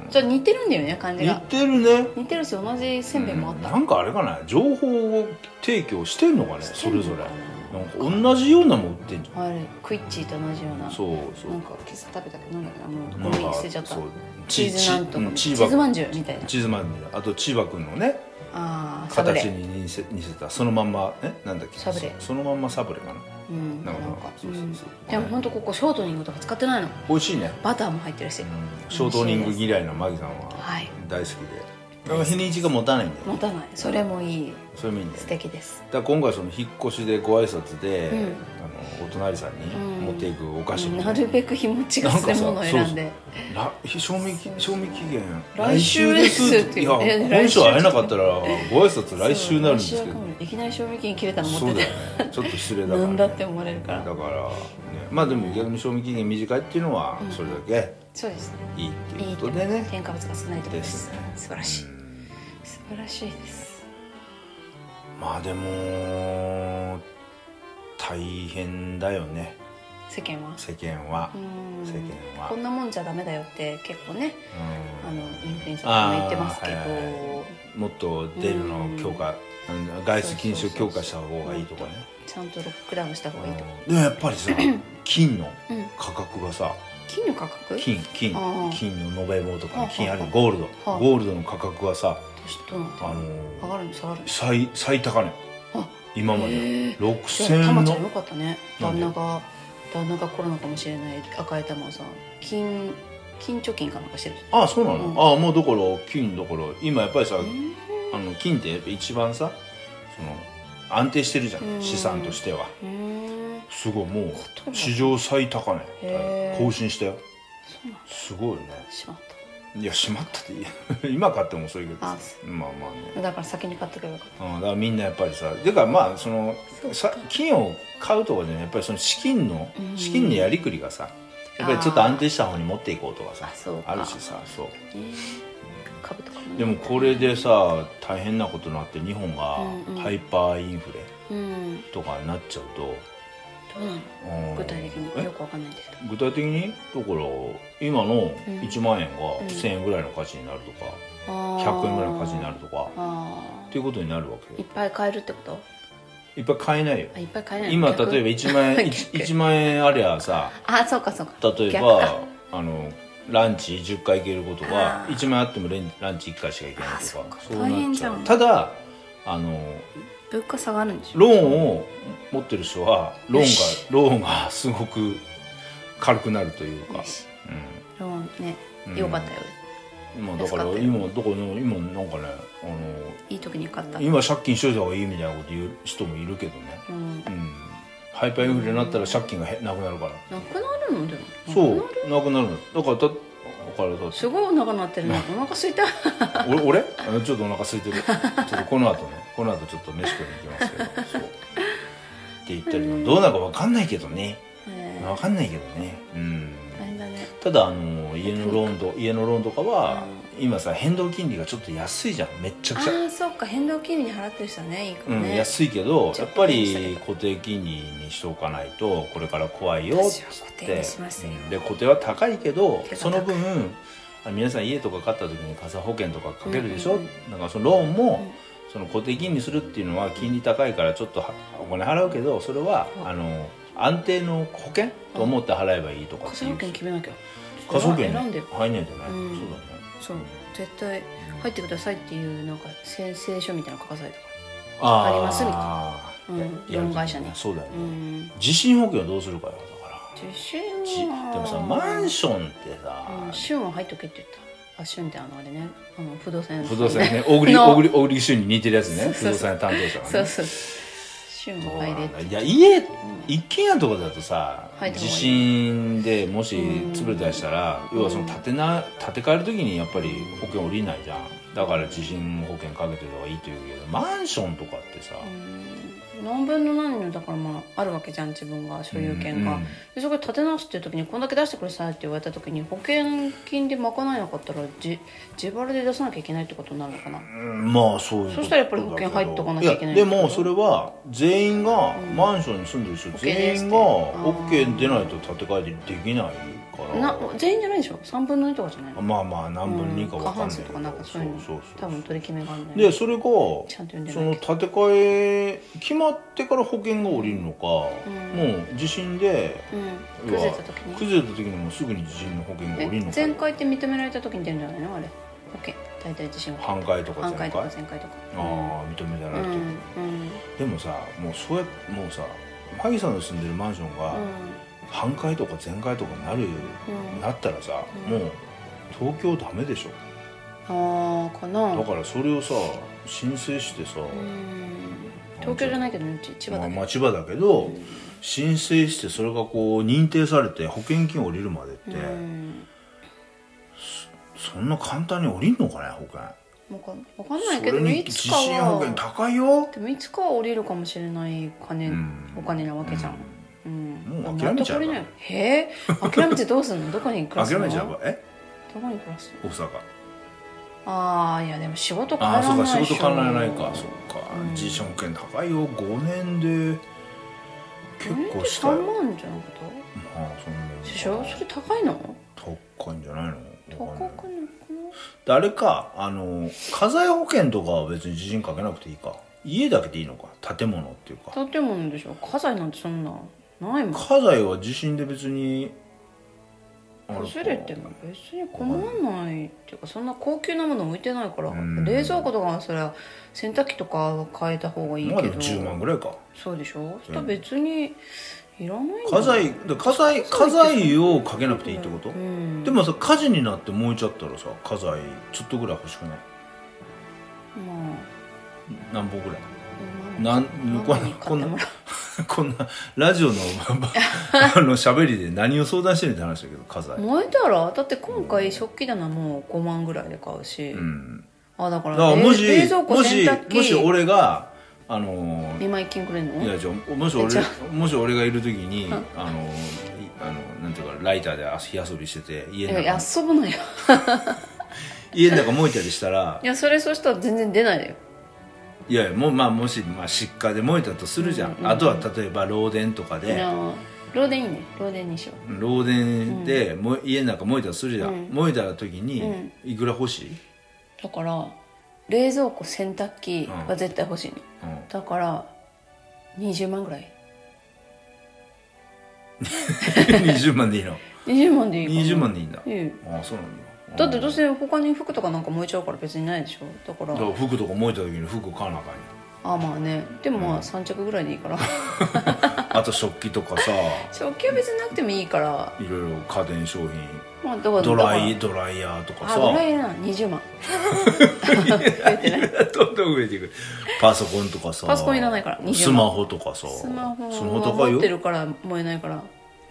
[SPEAKER 2] じゃあ似てるんだよね感じ
[SPEAKER 1] 似
[SPEAKER 2] が
[SPEAKER 1] てるね
[SPEAKER 2] 似てるし同じせんべいもあっ
[SPEAKER 1] うん
[SPEAKER 2] た
[SPEAKER 1] なんかあれかな情報を提供してんのかね
[SPEAKER 2] して
[SPEAKER 1] そ
[SPEAKER 2] んの
[SPEAKER 1] れ
[SPEAKER 2] か
[SPEAKER 1] ぞ
[SPEAKER 2] な
[SPEAKER 1] れなんか同じようなもん売ってんじゃ
[SPEAKER 2] あれクイッチーと同じようなん
[SPEAKER 1] そうそう
[SPEAKER 2] なんか今朝食べたけどなんだっけ
[SPEAKER 1] な
[SPEAKER 2] なもうんゴミ
[SPEAKER 1] か
[SPEAKER 2] 捨てちゃった
[SPEAKER 1] そう
[SPEAKER 2] チーズなんとか
[SPEAKER 1] うん
[SPEAKER 2] チ
[SPEAKER 1] チ
[SPEAKER 2] ーズ
[SPEAKER 1] ー
[SPEAKER 2] ま
[SPEAKER 1] バ
[SPEAKER 2] んじゅうみたいな
[SPEAKER 1] チーズマンあと千葉君のね
[SPEAKER 2] ああサブ
[SPEAKER 1] 形
[SPEAKER 2] レ
[SPEAKER 1] に似せ似せたそのまんまえなんだっけ
[SPEAKER 2] サブレ
[SPEAKER 1] そそのまんまサブレかな
[SPEAKER 2] うんな
[SPEAKER 1] なんんか
[SPEAKER 2] か
[SPEAKER 1] そうそうそう
[SPEAKER 2] うんでも本当ここショートニングとか使ってないの
[SPEAKER 1] 美味しいね
[SPEAKER 2] バターも入ってるし
[SPEAKER 1] うんショートニング嫌いのマギさん
[SPEAKER 2] は
[SPEAKER 1] はい大好きで、だから日にちが持たないんだよ
[SPEAKER 2] 持たないそれもいい
[SPEAKER 1] それもいいんだよ
[SPEAKER 2] 素
[SPEAKER 1] ね
[SPEAKER 2] 敵です
[SPEAKER 1] だから今回その引っ越しでご挨拶で、
[SPEAKER 2] うん
[SPEAKER 1] あのお隣さんに持っていくお菓子
[SPEAKER 2] なるべく日持ちがするものを選んで
[SPEAKER 1] ら賞味期賞味期限
[SPEAKER 2] 来週ですって
[SPEAKER 1] い
[SPEAKER 2] 言
[SPEAKER 1] や
[SPEAKER 2] って
[SPEAKER 1] 今週会えなかったらご挨拶来週になるんで
[SPEAKER 2] そ
[SPEAKER 1] すけ
[SPEAKER 2] う来週
[SPEAKER 1] ど
[SPEAKER 2] かもいきなり賞味期限切れたの
[SPEAKER 1] そ
[SPEAKER 2] 持っ
[SPEAKER 1] うだよ
[SPEAKER 2] て
[SPEAKER 1] ねちょっと失礼
[SPEAKER 2] て
[SPEAKER 1] だから、ね、
[SPEAKER 2] なんだって思われるから
[SPEAKER 1] だから、ね、まあでも逆に賞味期限短いっていうのは
[SPEAKER 2] ん
[SPEAKER 1] それだけ
[SPEAKER 2] そうですね
[SPEAKER 1] いいって
[SPEAKER 2] い
[SPEAKER 1] い
[SPEAKER 2] いうと
[SPEAKER 1] ことでね、
[SPEAKER 2] 添加物が少ないとことで
[SPEAKER 1] ですすね
[SPEAKER 2] 素晴らしい素晴らしいです
[SPEAKER 1] まあでも大変だよね
[SPEAKER 2] 世間は
[SPEAKER 1] 世間は
[SPEAKER 2] う、ん
[SPEAKER 1] 世間は
[SPEAKER 2] こんなもんじゃダメだよって結構ね
[SPEAKER 1] うん
[SPEAKER 2] あのインフルエンサーさんも言ってますけど、
[SPEAKER 1] あーはいはいもっと出るのを強化、あの外出禁止を強化した方がいいとかね
[SPEAKER 2] ちゃんとロックダウンした方がいいとか、
[SPEAKER 1] でもやっぱりさ金の
[SPEAKER 2] うん
[SPEAKER 1] 価格がさ
[SPEAKER 2] 金の価格
[SPEAKER 1] 金金
[SPEAKER 2] あー
[SPEAKER 1] 金の延べ棒と
[SPEAKER 2] はあ
[SPEAKER 1] か
[SPEAKER 2] はあ
[SPEAKER 1] 金あるゴールド
[SPEAKER 2] はあ
[SPEAKER 1] ゴールドの価格はさ
[SPEAKER 2] どうなって
[SPEAKER 1] あの
[SPEAKER 2] る
[SPEAKER 1] ー
[SPEAKER 2] の上がるの下がるの
[SPEAKER 1] 最最高値
[SPEAKER 2] あ
[SPEAKER 1] 今ま
[SPEAKER 2] へ
[SPEAKER 1] で
[SPEAKER 2] ーじ
[SPEAKER 1] 6000
[SPEAKER 2] ゃあ
[SPEAKER 1] 円
[SPEAKER 2] タマちゃんよ
[SPEAKER 1] の
[SPEAKER 2] かったね
[SPEAKER 1] なん
[SPEAKER 2] 旦
[SPEAKER 1] で
[SPEAKER 2] 那が旦那がコロナかもしれない赤い玉をさ金金貯金かなんかしてる
[SPEAKER 1] あそうなの、
[SPEAKER 2] うん
[SPEAKER 1] ああもうだから金だから今やっぱりさ、
[SPEAKER 2] うん
[SPEAKER 1] あのの金ってやっぱ一番さその安定してるじゃん、
[SPEAKER 2] うん
[SPEAKER 1] 資産としては
[SPEAKER 2] うーん
[SPEAKER 1] すごいも
[SPEAKER 2] ことな
[SPEAKER 1] う
[SPEAKER 2] の
[SPEAKER 1] 史上最高値
[SPEAKER 2] へー
[SPEAKER 1] 更新したよ
[SPEAKER 2] そうなんだ
[SPEAKER 1] すごいよね
[SPEAKER 2] しまった
[SPEAKER 1] いやしまったっていい今買ってもそういうけ ど
[SPEAKER 2] あ
[SPEAKER 1] さ
[SPEAKER 2] そ
[SPEAKER 1] まあまあね
[SPEAKER 2] だから先に買っとけばよかっ
[SPEAKER 1] うん、だからみんなやっぱりさてかまあそのさ金を買うとかじゃないやっぱりその資金の
[SPEAKER 2] うん
[SPEAKER 1] 資金のやりくりがさやっぱりちょっと安定した方に持っていこうとかさ
[SPEAKER 2] あそうか
[SPEAKER 1] あるしさそう
[SPEAKER 2] たね株とかもね
[SPEAKER 1] でもこれでさ大変なことになって日本が
[SPEAKER 2] うんうん
[SPEAKER 1] ハイパーインフレ
[SPEAKER 2] うんど
[SPEAKER 1] とかになっちゃうと、
[SPEAKER 2] うなの
[SPEAKER 1] うん
[SPEAKER 2] 具体的によ
[SPEAKER 1] え
[SPEAKER 2] くわかんないんだけど
[SPEAKER 1] 具体的にだから今の
[SPEAKER 2] うん
[SPEAKER 1] 1万円が
[SPEAKER 2] うん
[SPEAKER 1] 1000円ぐらいの価値になるとか、
[SPEAKER 2] 100
[SPEAKER 1] 100円ぐらいの価値になるとか
[SPEAKER 2] あ
[SPEAKER 1] っていうことになるわ
[SPEAKER 2] ー
[SPEAKER 1] け
[SPEAKER 2] いっ
[SPEAKER 1] よ
[SPEAKER 2] ぱい買えるってこと
[SPEAKER 1] いっぱい買えないよ
[SPEAKER 2] あいっぱい買えないの
[SPEAKER 1] 今例えば
[SPEAKER 2] 逆
[SPEAKER 1] 1万円
[SPEAKER 2] 逆
[SPEAKER 1] 1, 万円ありゃさ
[SPEAKER 2] あそうかそうか
[SPEAKER 1] 例え
[SPEAKER 2] 逆か
[SPEAKER 1] ばあのランチ10回行けることが
[SPEAKER 2] あー
[SPEAKER 1] 1万円あってもレンランチ1回しか行けないとか
[SPEAKER 2] あそ
[SPEAKER 1] そうう
[SPEAKER 2] か大
[SPEAKER 1] な
[SPEAKER 2] 変
[SPEAKER 1] っ
[SPEAKER 2] じ
[SPEAKER 1] ち
[SPEAKER 2] ゃ
[SPEAKER 1] ゃ
[SPEAKER 2] ん
[SPEAKER 1] うただあの
[SPEAKER 2] 物価下がるんでしょ
[SPEAKER 1] ローンを持ってる人はローンがローンがすごく軽くなるというか
[SPEAKER 2] よし、
[SPEAKER 1] う
[SPEAKER 2] ローンね
[SPEAKER 1] うん
[SPEAKER 2] よかったよ
[SPEAKER 1] ん、まあだから
[SPEAKER 2] 安かったよ
[SPEAKER 1] 今どこの今なんかねあ
[SPEAKER 2] いい時に買った
[SPEAKER 1] の今借金しといた方がいいみたいなこと言う人もいるけどね、
[SPEAKER 2] うん
[SPEAKER 1] うん、ハイパーインフレになったら借金がへなくなるから、
[SPEAKER 2] なくなるのでもなくなる
[SPEAKER 1] そうなくなるのだからだだからだ
[SPEAKER 2] すごいお腹なってるねお腹空 いた
[SPEAKER 1] 俺俺あちょっとお腹空いてるちょっとこの後ねこの後ちょっと飯食いに行きますけどそうって言ったりもどうなるかわかんないけどね
[SPEAKER 2] えー
[SPEAKER 1] わかんないけどねうん
[SPEAKER 2] 大変だね
[SPEAKER 1] ただあの家のローンと家のローンとかは今さ変動金利がちょっと安いじゃんめっちゃ
[SPEAKER 2] あ
[SPEAKER 1] くちゃ、
[SPEAKER 2] あそうか変動金利に払ってる人はねいいか
[SPEAKER 1] う
[SPEAKER 2] も
[SPEAKER 1] ん、
[SPEAKER 2] ね
[SPEAKER 1] 安いけど
[SPEAKER 2] ちょ
[SPEAKER 1] や
[SPEAKER 2] っ
[SPEAKER 1] っ
[SPEAKER 2] と
[SPEAKER 1] ぱ
[SPEAKER 2] ねしたけ
[SPEAKER 1] り
[SPEAKER 2] ど
[SPEAKER 1] 固定金利にしておかないとこれから怖いよっ
[SPEAKER 2] 私は
[SPEAKER 1] つっ
[SPEAKER 2] 固定
[SPEAKER 1] て
[SPEAKER 2] にしますよ
[SPEAKER 1] うんで固定は高いけど
[SPEAKER 2] けど
[SPEAKER 1] その分あ皆さん家とか買った時に火災保険とかかけるでしょ、
[SPEAKER 2] うんうん
[SPEAKER 1] なんかそのローン
[SPEAKER 2] う
[SPEAKER 1] も
[SPEAKER 2] ん
[SPEAKER 1] その固定金利するっていうのは金利高いからちょっとはお金払うけどそれは
[SPEAKER 2] うん
[SPEAKER 1] あの安定の保険と思って払えばいいとか
[SPEAKER 2] 火
[SPEAKER 1] ってい
[SPEAKER 2] 災
[SPEAKER 1] う
[SPEAKER 2] 保険決めなきゃ
[SPEAKER 1] 科捜研
[SPEAKER 2] 選んでよ
[SPEAKER 1] 入んないとね、
[SPEAKER 2] うん
[SPEAKER 1] そうだね
[SPEAKER 2] そう絶対入ってくださいっていうなんか宣誓書みたいなの書かされたか
[SPEAKER 1] あ
[SPEAKER 2] わかりますみたい
[SPEAKER 1] ー
[SPEAKER 2] うん
[SPEAKER 1] や
[SPEAKER 2] ローン会社ね
[SPEAKER 1] やるとそうだよね
[SPEAKER 2] ら、うん
[SPEAKER 1] 地震保険はどうするかよだから
[SPEAKER 2] 受
[SPEAKER 1] じ
[SPEAKER 2] 信は
[SPEAKER 1] でもさマンションってさ
[SPEAKER 2] うん、旬は入っとけって言ったあ旬ってあのあれねあの不動産屋の
[SPEAKER 1] 不動産ね小栗
[SPEAKER 2] の
[SPEAKER 1] 小栗小栗旬に似てるやつね不
[SPEAKER 2] そうそう
[SPEAKER 1] 動産担当者がね
[SPEAKER 2] そうそう旬
[SPEAKER 1] ど
[SPEAKER 2] も
[SPEAKER 1] う
[SPEAKER 2] 入
[SPEAKER 1] な
[SPEAKER 2] れ
[SPEAKER 1] んだ
[SPEAKER 2] て
[SPEAKER 1] いや家一軒家とかだとさ
[SPEAKER 2] 入った方が
[SPEAKER 1] 地
[SPEAKER 2] いい
[SPEAKER 1] 震でもし
[SPEAKER 2] うん
[SPEAKER 1] 潰れたりしたら要はその建てな建て替える時にやっぱり保険降りないじゃんだから地震保険かけてる方がいいというけどマンションとかってさ
[SPEAKER 2] うん何分の何のだからまああるわけじゃん自分が所有権が、
[SPEAKER 1] うんうん
[SPEAKER 2] でそこで立て直すっていう時にこんだけ出してくださいって言われた時に保険金で賄えなかったらじ自腹で出さなきゃいけないってことになるのかな
[SPEAKER 1] うんまあそういうこと
[SPEAKER 2] そしたらやっぱり保険入っとかなきゃいけない
[SPEAKER 1] やでもそれは全員がマンションに住んでる人、
[SPEAKER 2] OK で
[SPEAKER 1] 全
[SPEAKER 2] すって
[SPEAKER 1] 員が OK 出ないと建て替えできないから
[SPEAKER 2] な全員じゃないでしょ3分の2とかじゃないの
[SPEAKER 1] まあまあ何分にか
[SPEAKER 2] う
[SPEAKER 1] 分か
[SPEAKER 2] ん過
[SPEAKER 1] んないけ
[SPEAKER 2] 半数
[SPEAKER 1] ど、
[SPEAKER 2] とかなんかそういうの
[SPEAKER 1] そうそう
[SPEAKER 2] 多分取り決めがあるんだよね
[SPEAKER 1] でそれが
[SPEAKER 2] ちゃんと読んで
[SPEAKER 1] そ
[SPEAKER 2] な
[SPEAKER 1] の
[SPEAKER 2] いけ
[SPEAKER 1] 建て替え決まってから保険が下りるのか、
[SPEAKER 2] うん
[SPEAKER 1] もう地震で
[SPEAKER 2] うん
[SPEAKER 1] 要
[SPEAKER 2] 崩れ
[SPEAKER 1] は
[SPEAKER 2] た時に
[SPEAKER 1] 崩れた時にもうすぐに地震の保険が下りるの
[SPEAKER 2] え
[SPEAKER 1] か
[SPEAKER 2] 全開って認められた時に出るんじゃないのあれ保険大体自信は
[SPEAKER 1] 半壊とか
[SPEAKER 2] 半
[SPEAKER 1] 全壊
[SPEAKER 2] 回とか全開とか
[SPEAKER 1] ああ認めた
[SPEAKER 2] う
[SPEAKER 1] なんいと、
[SPEAKER 2] うんうん
[SPEAKER 1] でもさもうそうやもうさマギさんの住んでるマンションが半壊とか全壊とかなる、
[SPEAKER 2] うん
[SPEAKER 1] なったらさ、
[SPEAKER 2] うん
[SPEAKER 1] もう東京ダメでしょ、
[SPEAKER 2] ああかな
[SPEAKER 1] だからそれをさ申請してさ、
[SPEAKER 2] うん東京じゃないけどねうち千
[SPEAKER 1] ま
[SPEAKER 2] 葉だ
[SPEAKER 1] あ、
[SPEAKER 2] けど
[SPEAKER 1] 町場だけど、申請してそれがこう認定されて保険金降りるまでって、
[SPEAKER 2] うん
[SPEAKER 1] そんな簡単に降りんのかね保険
[SPEAKER 2] わかんわかんないけ
[SPEAKER 1] それ
[SPEAKER 2] どい
[SPEAKER 1] に
[SPEAKER 2] つ
[SPEAKER 1] 地
[SPEAKER 2] か
[SPEAKER 1] 震保険
[SPEAKER 2] は
[SPEAKER 1] 高いよ
[SPEAKER 2] でもいつかは降りるかもしれない金、
[SPEAKER 1] うん
[SPEAKER 2] お金なわけじゃん、うん
[SPEAKER 1] もう諦めちゃうか
[SPEAKER 2] まあ納得できないへえ諦めてどうすんのどこに暮らす
[SPEAKER 1] 諦
[SPEAKER 2] の
[SPEAKER 1] めちゃうかえ
[SPEAKER 2] どこに暮らすの
[SPEAKER 1] 大阪
[SPEAKER 2] ああいやでも仕事変
[SPEAKER 1] あ
[SPEAKER 2] わ
[SPEAKER 1] あ
[SPEAKER 2] ら
[SPEAKER 1] そう
[SPEAKER 2] な
[SPEAKER 1] か
[SPEAKER 2] いでし
[SPEAKER 1] 仕
[SPEAKER 2] ょ
[SPEAKER 1] 事考えないかそっか
[SPEAKER 2] うん
[SPEAKER 1] 地震保険高いよ5年で結構したよ
[SPEAKER 2] 3万じゃなかった
[SPEAKER 1] まあそんなもんか
[SPEAKER 2] でしょそれ高いの
[SPEAKER 1] 高いんじゃないのわかんな
[SPEAKER 2] 高
[SPEAKER 1] い
[SPEAKER 2] くない
[SPEAKER 1] であれかあの家財保険とかは別に地震かけなくていいか家だけでいいのか建物っていうか
[SPEAKER 2] かな建物でしょ家財なんてそんなないもん
[SPEAKER 1] 家財は地震で別にあか
[SPEAKER 2] 崩れても別に困らないっていうかそんな高級なもの置いてないから
[SPEAKER 1] うん
[SPEAKER 2] 冷蔵庫とかはそれは洗濯機とかは変えた方がいい
[SPEAKER 1] まあで
[SPEAKER 2] けど
[SPEAKER 1] も10万ぐらいか
[SPEAKER 2] そうでしょそしたら別にいらないんだ
[SPEAKER 1] 家財で家財家財をかけなくていいってこと、
[SPEAKER 2] うん
[SPEAKER 1] でもさ火事になって燃えちゃったらさ家財ちょっとぐらい欲しくない
[SPEAKER 2] も
[SPEAKER 1] 何本ぐらいうなん
[SPEAKER 2] マ
[SPEAKER 1] こ
[SPEAKER 2] マ
[SPEAKER 1] んな
[SPEAKER 2] に
[SPEAKER 1] こ
[SPEAKER 2] 買っ
[SPEAKER 1] ん
[SPEAKER 2] ても
[SPEAKER 1] な
[SPEAKER 2] らう
[SPEAKER 1] こんなラジオの あの喋りで何を相談してるって話だけど家財
[SPEAKER 2] 燃えたらだって今回食器棚も5万ぐらいで買うし、
[SPEAKER 1] うん
[SPEAKER 2] あだか
[SPEAKER 1] だ
[SPEAKER 2] ら
[SPEAKER 1] からもし
[SPEAKER 2] 冷冷蔵庫
[SPEAKER 1] もし
[SPEAKER 2] 洗濯機
[SPEAKER 1] もし俺があの
[SPEAKER 2] 見舞い金くれんの
[SPEAKER 1] いやじゃあもし俺
[SPEAKER 2] じゃ
[SPEAKER 1] もし俺がいる時にあのいあのなんていうかライターで火遊びしてて家の
[SPEAKER 2] いや
[SPEAKER 1] 中
[SPEAKER 2] 遊ぶなよ
[SPEAKER 1] 家の中燃えたりしたら
[SPEAKER 2] いやそれそしたら全然出ないよ
[SPEAKER 1] いやいやもうまあもし、まあ、失火で燃えたとするじゃん、あとは例えば漏電とか
[SPEAKER 2] い
[SPEAKER 1] で
[SPEAKER 2] や漏電いいね漏電にしよ
[SPEAKER 1] 漏電で、もう家の中燃えたとするじゃん、燃えた時に、いくら欲しい、
[SPEAKER 2] うだから冷蔵庫洗濯機は絶対欲しいの、
[SPEAKER 1] うん
[SPEAKER 2] だから20万ぐらい
[SPEAKER 1] 20万でいいの
[SPEAKER 2] 20万でいいかな
[SPEAKER 1] 20万でいいんだ、
[SPEAKER 2] え
[SPEAKER 1] ああそうなんだ
[SPEAKER 2] だってどうせ他に服とかなんか燃えちゃうから別にないでしょだから
[SPEAKER 1] だから服とか燃えた時に服買わなあかんよ
[SPEAKER 2] あまあねでもまあ3着ぐらいでいいから
[SPEAKER 1] あと食器とかさ
[SPEAKER 2] 食器は別になくてもいいから
[SPEAKER 1] いろいろ家電商品
[SPEAKER 2] まあだから
[SPEAKER 1] ドラ
[SPEAKER 2] だ
[SPEAKER 1] イ
[SPEAKER 2] か
[SPEAKER 1] ドライヤーとからさ
[SPEAKER 2] あドライな20万増えてない
[SPEAKER 1] どんどん増えていくパソコンとかさ
[SPEAKER 2] パソコンいらないから20万
[SPEAKER 1] スマホとかさ
[SPEAKER 2] スマホ
[SPEAKER 1] スマホ
[SPEAKER 2] は
[SPEAKER 1] 高い
[SPEAKER 2] 持
[SPEAKER 1] よ
[SPEAKER 2] ってるから燃えないから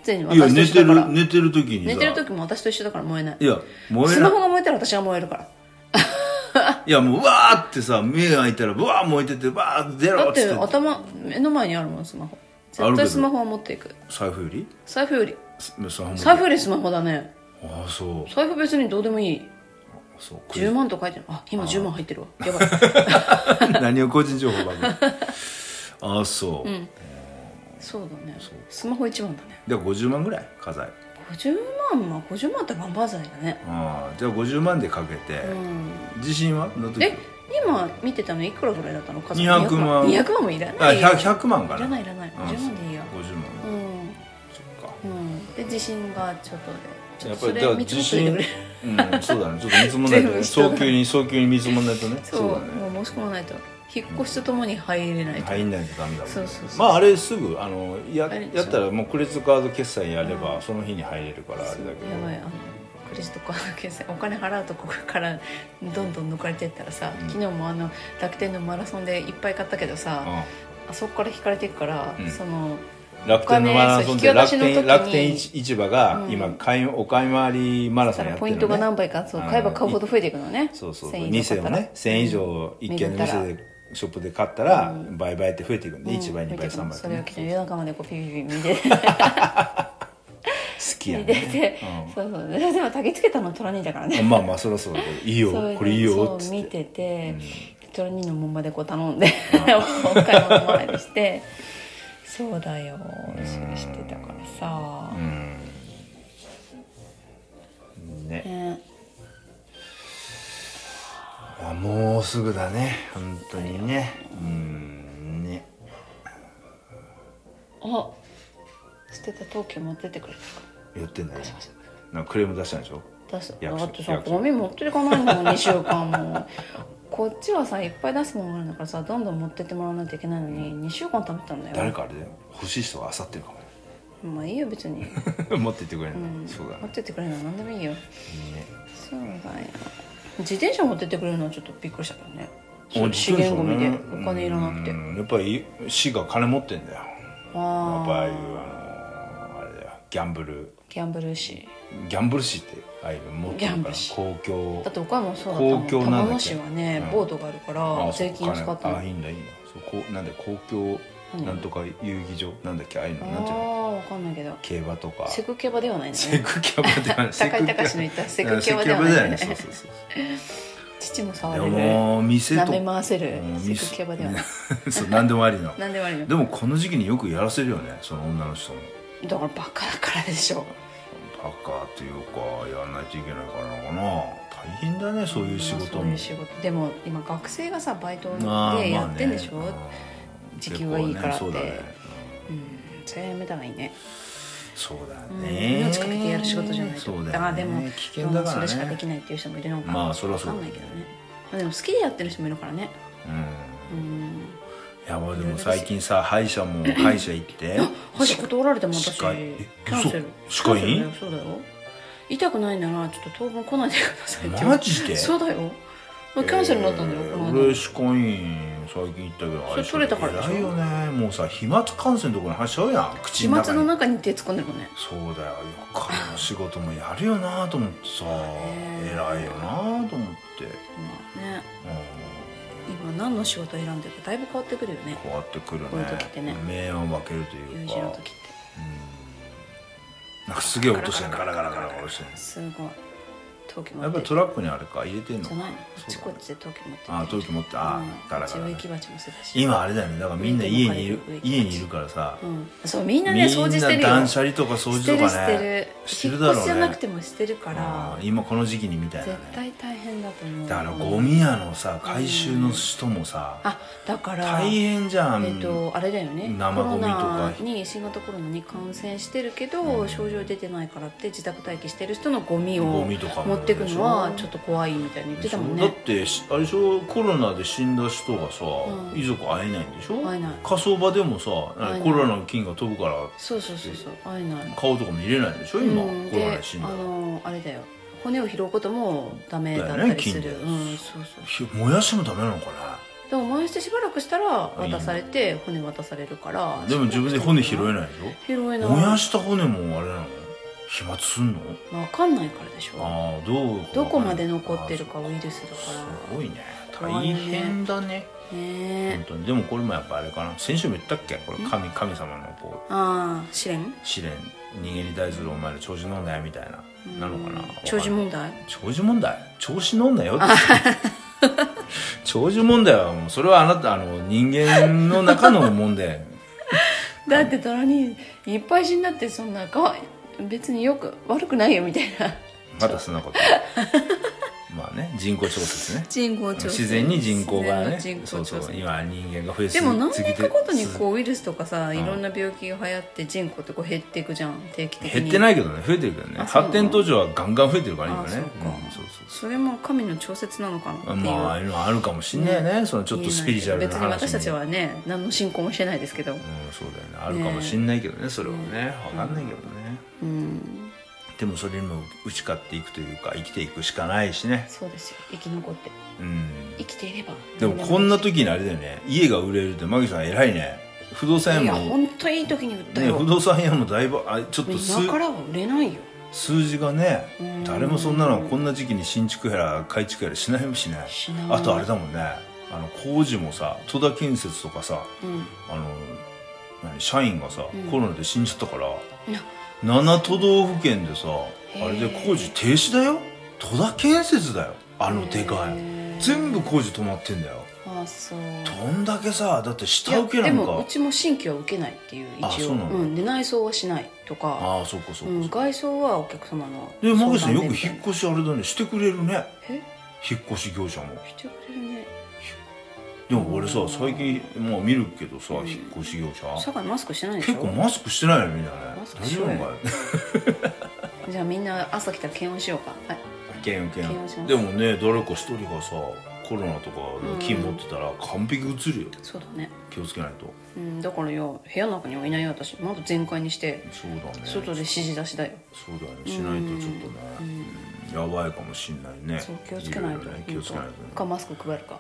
[SPEAKER 2] 常に
[SPEAKER 1] いや
[SPEAKER 2] 私と
[SPEAKER 1] 寝
[SPEAKER 2] 一
[SPEAKER 1] て
[SPEAKER 2] 緒だから
[SPEAKER 1] る寝てる時にさ
[SPEAKER 2] 寝てる時も私と一緒だから燃えない
[SPEAKER 1] いや燃え
[SPEAKER 2] ス
[SPEAKER 1] な
[SPEAKER 2] マ
[SPEAKER 1] い
[SPEAKER 2] ホが燃えたら私が燃えるから
[SPEAKER 1] いやもううわーってさ目が開いたらうわー燃えててわー出
[SPEAKER 2] だ
[SPEAKER 1] ろっ
[SPEAKER 2] っ
[SPEAKER 1] つってて
[SPEAKER 2] 頭目の前にあるもんスマホ
[SPEAKER 1] あ
[SPEAKER 2] 絶
[SPEAKER 1] るけ
[SPEAKER 2] 対
[SPEAKER 1] ど
[SPEAKER 2] スマホは持っていく
[SPEAKER 1] 財布より
[SPEAKER 2] 財布より
[SPEAKER 1] ススマホ
[SPEAKER 2] 財布よりスマホだね
[SPEAKER 1] ああそう
[SPEAKER 2] 財布別にどうでもいい
[SPEAKER 1] そう
[SPEAKER 2] 10万とか書いてるあ今10万入ってるわやばい
[SPEAKER 1] 何を個人情報ばっか りああそう、
[SPEAKER 2] そうだねスマホ1万だね
[SPEAKER 1] で50万ぐらい家財
[SPEAKER 2] 50万まあ50万って万々歳だね
[SPEAKER 1] ああじゃあ50万でかけて、
[SPEAKER 2] うん
[SPEAKER 1] 地震はの時
[SPEAKER 2] え今見てたのいくらぐらいだったの家族
[SPEAKER 1] 200万
[SPEAKER 2] 200万もいら
[SPEAKER 1] あ
[SPEAKER 2] ないよ
[SPEAKER 1] 100, 100万かない
[SPEAKER 2] らないいらない10万でいいや
[SPEAKER 1] 50万
[SPEAKER 2] う
[SPEAKER 1] ね、
[SPEAKER 2] ん
[SPEAKER 1] そっか
[SPEAKER 2] うんで地震がちょっとでちょ
[SPEAKER 1] や
[SPEAKER 2] っ
[SPEAKER 1] っ
[SPEAKER 2] と
[SPEAKER 1] ぱり
[SPEAKER 2] そ
[SPEAKER 1] だか
[SPEAKER 2] れ
[SPEAKER 1] ら
[SPEAKER 2] 見つ
[SPEAKER 1] 地
[SPEAKER 2] も
[SPEAKER 1] 震
[SPEAKER 2] といてくれ
[SPEAKER 1] うんそうだねちょっと見積もんないと
[SPEAKER 2] 全部
[SPEAKER 1] ね
[SPEAKER 2] 人
[SPEAKER 1] 早
[SPEAKER 2] が
[SPEAKER 1] 急に早急に見積もんないとね
[SPEAKER 2] そう
[SPEAKER 1] だね
[SPEAKER 2] もう申し込まないと引っ越しとともに入れないと、
[SPEAKER 1] 入んないとダメだもんね
[SPEAKER 2] そうそうそう
[SPEAKER 1] まああれすぐあのや
[SPEAKER 2] あれでしょ
[SPEAKER 1] やったらもうクレジットカード決済やればその日に入れるからあれだけど
[SPEAKER 2] やばいあのクレジットカード決済お金払うとこからどんどん抜かれてったらさ、昨日もあの楽天のマラソンでいっぱい買ったけどさ、あそこから引かれてくから、
[SPEAKER 1] うん
[SPEAKER 2] そ
[SPEAKER 1] う
[SPEAKER 2] の
[SPEAKER 1] ん楽天のマラソンって
[SPEAKER 2] お金
[SPEAKER 1] 楽
[SPEAKER 2] そう引き渡しの時
[SPEAKER 1] 天
[SPEAKER 2] に
[SPEAKER 1] 楽天市場が
[SPEAKER 2] うん
[SPEAKER 1] 今買いお買い回りマラソンやって
[SPEAKER 2] ポ
[SPEAKER 1] る
[SPEAKER 2] イ
[SPEAKER 1] の
[SPEAKER 2] ン
[SPEAKER 1] ね
[SPEAKER 2] トが何倍かそう
[SPEAKER 1] あの
[SPEAKER 2] 買えば買うほど増えていくのね
[SPEAKER 1] そうそう
[SPEAKER 2] 1000
[SPEAKER 1] 2世
[SPEAKER 2] 円
[SPEAKER 1] もね1000以上一軒の店でショップで買ったら倍々って増えていくんで1倍2倍3倍っ
[SPEAKER 2] そ
[SPEAKER 1] て
[SPEAKER 2] れを
[SPEAKER 1] ね
[SPEAKER 2] 昨日夜中までこうピピピ見て
[SPEAKER 1] 好きや
[SPEAKER 2] 見
[SPEAKER 1] ね
[SPEAKER 2] てて、
[SPEAKER 1] うん
[SPEAKER 2] そうそうでも焚きつけたの虎兄だからね
[SPEAKER 1] まあまあそろそろいいよ
[SPEAKER 2] それで
[SPEAKER 1] これいいよっ
[SPEAKER 2] そ
[SPEAKER 1] つ
[SPEAKER 2] う
[SPEAKER 1] っ
[SPEAKER 2] 見
[SPEAKER 1] て
[SPEAKER 2] てて、トラニーのもんまでこう頼んで お買い物回りしてそうだよしてたからさ、
[SPEAKER 1] ね
[SPEAKER 2] ね
[SPEAKER 1] あもうすぐだね本当にねうんね
[SPEAKER 2] あ捨てた陶器持ってってくれ
[SPEAKER 1] やってない
[SPEAKER 2] たか
[SPEAKER 1] なんかクレーム出したんでしょ
[SPEAKER 2] ら出すだ
[SPEAKER 1] 役所
[SPEAKER 2] ってさ
[SPEAKER 1] 役所
[SPEAKER 2] ゴミ持っていかないんだもん2週間もこっちはさいっぱい出すものがあるんだからさどんどん持ってってもらわないといけないのに2週間貯めてたんだよ
[SPEAKER 1] 誰かあれで欲しい人が漁ってるかも
[SPEAKER 2] まあいいよ別に
[SPEAKER 1] ね 持ってってくれない、そうだ
[SPEAKER 2] 持
[SPEAKER 1] ね
[SPEAKER 2] ってってくれるのは何でもいいよ
[SPEAKER 1] ね
[SPEAKER 2] そうだよ自転車持ってってくれるのはちょっとびっくりしたけどね
[SPEAKER 1] あ
[SPEAKER 2] 資源ゴミで
[SPEAKER 1] びっくりしたね
[SPEAKER 2] お金いらなくて、
[SPEAKER 1] うんやっぱり市が金持ってんだよやっぱああいう
[SPEAKER 2] ああ
[SPEAKER 1] あのあれだよギャンブル
[SPEAKER 2] ギャンブルし
[SPEAKER 1] ギャンブル市ってああいうの持ってる
[SPEAKER 2] ギャンブ
[SPEAKER 1] から
[SPEAKER 2] ル市
[SPEAKER 1] 公共
[SPEAKER 2] だって岡山もそうだったもん
[SPEAKER 1] 公共なんだっけ
[SPEAKER 2] 玉野市はね、
[SPEAKER 1] うん
[SPEAKER 2] ボートがあるか
[SPEAKER 1] あ
[SPEAKER 2] ら税金を使った
[SPEAKER 1] あ
[SPEAKER 2] の
[SPEAKER 1] あいいんだいいんだそうこうなんだ公共なんとか遊技場なんだっけああいうのなんていうの
[SPEAKER 2] ああ分かんないけど
[SPEAKER 1] 競馬とか
[SPEAKER 2] セク競馬ではないんだ
[SPEAKER 1] セ
[SPEAKER 2] ね
[SPEAKER 1] クキャバではない
[SPEAKER 2] 高井隆の言ったセク競馬ではない
[SPEAKER 1] ね
[SPEAKER 2] ね
[SPEAKER 1] そうそうそう
[SPEAKER 2] 父も触れ
[SPEAKER 1] で
[SPEAKER 2] る
[SPEAKER 1] も店と
[SPEAKER 2] 舐め回せる
[SPEAKER 1] うん
[SPEAKER 2] セク競馬ではない
[SPEAKER 1] そう何でもありの
[SPEAKER 2] 何でもあるよ
[SPEAKER 1] でもこの時期によくやらせるよねその女の人も
[SPEAKER 2] だからバカだからでしょ
[SPEAKER 1] バカというかやらないといけないからなのかな大変だねそういう仕
[SPEAKER 2] まあ
[SPEAKER 1] 事
[SPEAKER 2] そ
[SPEAKER 1] も
[SPEAKER 2] ういう仕事でも今学生がさバイト
[SPEAKER 1] あー
[SPEAKER 2] でや
[SPEAKER 1] まあね
[SPEAKER 2] ってんでしょ、
[SPEAKER 1] うん
[SPEAKER 2] 時給はいいからって
[SPEAKER 1] 結構ねそうだね
[SPEAKER 2] うんそれはやめた方がいいね
[SPEAKER 1] そうだ
[SPEAKER 2] うん
[SPEAKER 1] ね
[SPEAKER 2] 命かけてやる仕事じゃないと
[SPEAKER 1] そうだよね
[SPEAKER 2] あーでも
[SPEAKER 1] 危険だからね
[SPEAKER 2] 世の中それしかできないっていう人もいるのか
[SPEAKER 1] まあそりゃそうだ
[SPEAKER 2] わかんないけどねまあでも好きでやってる人もいるからね
[SPEAKER 1] うん
[SPEAKER 2] うん
[SPEAKER 1] いやばいでも最近さ歯医者も歯医者行って
[SPEAKER 2] 歯医者断られても私
[SPEAKER 1] 歯
[SPEAKER 2] キ
[SPEAKER 1] 科え
[SPEAKER 2] ャンセル
[SPEAKER 1] 嘘歯科医
[SPEAKER 2] キャンセルだよそうだよ痛くないならちょっと当分来ないでくださいって
[SPEAKER 1] マジで
[SPEAKER 2] そうだよれキャンセルになったんだよこの間
[SPEAKER 1] 俺歯科医院最近行ったけど
[SPEAKER 2] それ取れたからでしょ
[SPEAKER 1] 偉いよねもうさ飛沫感染とかに話しちゃうやん口
[SPEAKER 2] 飛
[SPEAKER 1] の
[SPEAKER 2] 沫
[SPEAKER 1] 中に
[SPEAKER 2] の中に手突っ込んでるのね
[SPEAKER 1] そうだよよかの仕事もやるよなと思ってさ
[SPEAKER 2] へー
[SPEAKER 1] 偉いよなと思って、
[SPEAKER 2] まあね
[SPEAKER 1] う
[SPEAKER 2] 今何の仕事を選んでるかだいぶ変わってくるよね
[SPEAKER 1] ん、変わってくるね
[SPEAKER 2] こういう時ってね
[SPEAKER 1] 命を分けるとい
[SPEAKER 2] 有
[SPEAKER 1] う
[SPEAKER 2] 事
[SPEAKER 1] か
[SPEAKER 2] の時って
[SPEAKER 1] なんかすげえ音してるガラガラガラガラしてる
[SPEAKER 2] すごい陶器持って
[SPEAKER 1] やっぱりトラックにあれか入れてんの
[SPEAKER 2] じゃないのこっち
[SPEAKER 1] そう
[SPEAKER 2] こ
[SPEAKER 1] だ
[SPEAKER 2] っちで陶器持って
[SPEAKER 1] あ陶器持ってあ
[SPEAKER 2] うん
[SPEAKER 1] ガラガラ
[SPEAKER 2] 自由木鉢もするし
[SPEAKER 1] 今あれだよねだからみんな家にいる
[SPEAKER 2] 上行き
[SPEAKER 1] 家にいるからさ、
[SPEAKER 2] うんそうみんな
[SPEAKER 1] み
[SPEAKER 2] ね
[SPEAKER 1] ん
[SPEAKER 2] 掃除してるよ
[SPEAKER 1] 断捨離とか掃除とか
[SPEAKER 2] して
[SPEAKER 1] ね
[SPEAKER 2] る
[SPEAKER 1] し
[SPEAKER 2] して
[SPEAKER 1] て
[SPEAKER 2] る
[SPEAKER 1] る
[SPEAKER 2] 引
[SPEAKER 1] だ
[SPEAKER 2] っ
[SPEAKER 1] ろう
[SPEAKER 2] 越し
[SPEAKER 1] ね
[SPEAKER 2] じゃなくてもしてるから
[SPEAKER 1] うん今この時期にみたいな
[SPEAKER 2] 絶
[SPEAKER 1] ね
[SPEAKER 2] 対大変だと思う
[SPEAKER 1] だからゴミ屋のさ回収の人もさ、
[SPEAKER 2] あだから
[SPEAKER 1] 大変じゃん、
[SPEAKER 2] えっと、あれだよね
[SPEAKER 1] 生ゴミとか
[SPEAKER 2] コロナに新型コロナに感染してるけど、症状出てないからって自宅待機してる人のゴミを
[SPEAKER 1] ゴミとかも
[SPEAKER 2] 持ってくのは
[SPEAKER 1] でしょ
[SPEAKER 2] ちょっと怖いみたいに言ってたもん
[SPEAKER 1] だっ
[SPEAKER 2] ね
[SPEAKER 1] てしあれでしょコロナで死んだ人がさ、
[SPEAKER 2] うん
[SPEAKER 1] 遺族会えないんでしょ
[SPEAKER 2] 会えない
[SPEAKER 1] 火葬場でもさ
[SPEAKER 2] えない
[SPEAKER 1] コロナの菌が飛ぶから
[SPEAKER 2] そうそうそうそう会えない
[SPEAKER 1] 顔とかも入れないでしょ今、
[SPEAKER 2] うん
[SPEAKER 1] コロナ
[SPEAKER 2] で
[SPEAKER 1] で死ん
[SPEAKER 2] あ
[SPEAKER 1] だら
[SPEAKER 2] のあれだよ骨を拾うこともダメだっ
[SPEAKER 1] だよ
[SPEAKER 2] た
[SPEAKER 1] ね
[SPEAKER 2] りす
[SPEAKER 1] 近
[SPEAKER 2] る、
[SPEAKER 1] 所です
[SPEAKER 2] うんそうそう
[SPEAKER 1] ひ燃やしてもダメなのかね
[SPEAKER 2] でも毎日しばらくしたら渡されて骨渡されるから
[SPEAKER 1] でも自分で骨拾え
[SPEAKER 2] い
[SPEAKER 1] ないでし
[SPEAKER 2] 拾えな
[SPEAKER 1] ょ
[SPEAKER 2] い
[SPEAKER 1] 燃やした骨もあれなの飛沫すんの
[SPEAKER 2] 分かんないからでしょ
[SPEAKER 1] ああどうか
[SPEAKER 2] どこまで残ってるかウイルスだか
[SPEAKER 1] す
[SPEAKER 2] ら
[SPEAKER 1] ごいね
[SPEAKER 2] 怖い
[SPEAKER 1] 大
[SPEAKER 2] よね
[SPEAKER 1] 変だね
[SPEAKER 2] ねえ
[SPEAKER 1] 本当にでもこれもやっぱあれかな先週も言ったっけこれ神神様のこう
[SPEAKER 2] ああ試練
[SPEAKER 1] 試練人間に対するお前の調子乗んなよみたいな、なのかな
[SPEAKER 2] 長寿
[SPEAKER 1] わかんない
[SPEAKER 2] 問題
[SPEAKER 1] 長寿問題調子乗んなよって 長寿問題はもうそれはあなたあの人間の中の問 題
[SPEAKER 2] だってトラにいっぱい死んだってそんなか別によく悪くないよみたいな
[SPEAKER 1] またそんなことまあね人口調節ね
[SPEAKER 2] 人口調整
[SPEAKER 1] 自然に人口がね
[SPEAKER 2] 自然の人
[SPEAKER 1] そう
[SPEAKER 2] 口
[SPEAKER 1] そ
[SPEAKER 2] 調
[SPEAKER 1] う
[SPEAKER 2] 整
[SPEAKER 1] 今人間が増えす
[SPEAKER 2] で
[SPEAKER 1] ぎ
[SPEAKER 2] も何年かごとに
[SPEAKER 1] す
[SPEAKER 2] こうウイルスとかさ
[SPEAKER 1] ん
[SPEAKER 2] いろんな病気が流行って人口ってこう減っていくじゃん定期的に
[SPEAKER 1] 減ってないいけどね増えてるけどね
[SPEAKER 2] あそうなの
[SPEAKER 1] 発展途上はガンガン増えてるからね今ね
[SPEAKER 2] あそうか
[SPEAKER 1] んそうそう
[SPEAKER 2] それも神の調節なのかなっていう
[SPEAKER 1] まあああいうのあるかもしんないよねそのちょっとスピリチュアルな
[SPEAKER 2] 別
[SPEAKER 1] 話
[SPEAKER 2] に
[SPEAKER 1] も
[SPEAKER 2] 私たちはね何の信仰もしてないですけど
[SPEAKER 1] うん、そうだよねあるかもしんないけどねそれはね分かんないけどね、
[SPEAKER 2] うん
[SPEAKER 1] でもそれにも打ち勝っていくというか生きていくしかないしね
[SPEAKER 2] そうですよ生き残って
[SPEAKER 1] うん
[SPEAKER 2] 生きていれば
[SPEAKER 1] でもこんな時にあれだよね家が売れるってマギさん偉いね不動産
[SPEAKER 2] い
[SPEAKER 1] 屋も、
[SPEAKER 2] や
[SPEAKER 1] ね、
[SPEAKER 2] 本当にいい時に売ったよ、
[SPEAKER 1] 不動産屋もだいぶあちょっと数
[SPEAKER 2] 今からは売れないよ
[SPEAKER 1] 数字がね
[SPEAKER 2] うん
[SPEAKER 1] 誰もそんなのこんな時期に新築やら改築やらしないもしね
[SPEAKER 2] しない
[SPEAKER 1] あとあれだもんねあの工事もさ戸田建設とかさ
[SPEAKER 2] うん
[SPEAKER 1] あの何社員がさ、コロナで死んじゃったから
[SPEAKER 2] いや
[SPEAKER 1] 7都道府県でさ
[SPEAKER 2] へー
[SPEAKER 1] あれで工事停止だよ戸田建設だよあのでかい
[SPEAKER 2] へー
[SPEAKER 1] 全部工事止まってんだよ
[SPEAKER 2] あそう
[SPEAKER 1] どんだけさだって
[SPEAKER 2] い
[SPEAKER 1] 下
[SPEAKER 2] や
[SPEAKER 1] 請けな
[SPEAKER 2] で
[SPEAKER 1] ん
[SPEAKER 2] もう
[SPEAKER 1] か
[SPEAKER 2] ちも新規は受けないっていう
[SPEAKER 1] あ
[SPEAKER 2] 一応
[SPEAKER 1] そうなんだ
[SPEAKER 2] ん、で内装はしないとか、
[SPEAKER 1] ああそうかそううかそ
[SPEAKER 2] ん、
[SPEAKER 1] うか、
[SPEAKER 2] 外装はお客様の
[SPEAKER 1] でマギさんよく
[SPEAKER 2] 相談でみたい
[SPEAKER 1] 引
[SPEAKER 2] な
[SPEAKER 1] っ越しあれだねしてくれるね
[SPEAKER 2] え
[SPEAKER 1] 引っ越し業者も
[SPEAKER 2] してくれるね
[SPEAKER 1] でも俺さ最近まあ見るけどさ、引っ越し業者
[SPEAKER 2] 酒井マスクしてないでしょ
[SPEAKER 1] 結構マスクしてないよみんなね
[SPEAKER 2] マスク
[SPEAKER 1] 大
[SPEAKER 2] し
[SPEAKER 1] 丈
[SPEAKER 2] ろ
[SPEAKER 1] 夫
[SPEAKER 2] よ
[SPEAKER 1] かい
[SPEAKER 2] じゃあみんな朝来たら検温しようかはい
[SPEAKER 1] けんけ
[SPEAKER 2] 検温しま
[SPEAKER 1] ん
[SPEAKER 2] す
[SPEAKER 1] でもね誰か一人がさコロナとか菌持ってたら完璧うつるよ
[SPEAKER 2] そうだね
[SPEAKER 1] 気をつけないと
[SPEAKER 2] うんだからよ部屋の中にはいないよ私窓全開にして
[SPEAKER 1] そうだね
[SPEAKER 2] 外で指示出しだよ
[SPEAKER 1] そうだねしないとちょっとね、うんやばいかもしんないね
[SPEAKER 2] そう気をつけないと
[SPEAKER 1] ろろね気をつけないとね
[SPEAKER 2] かマスク配るか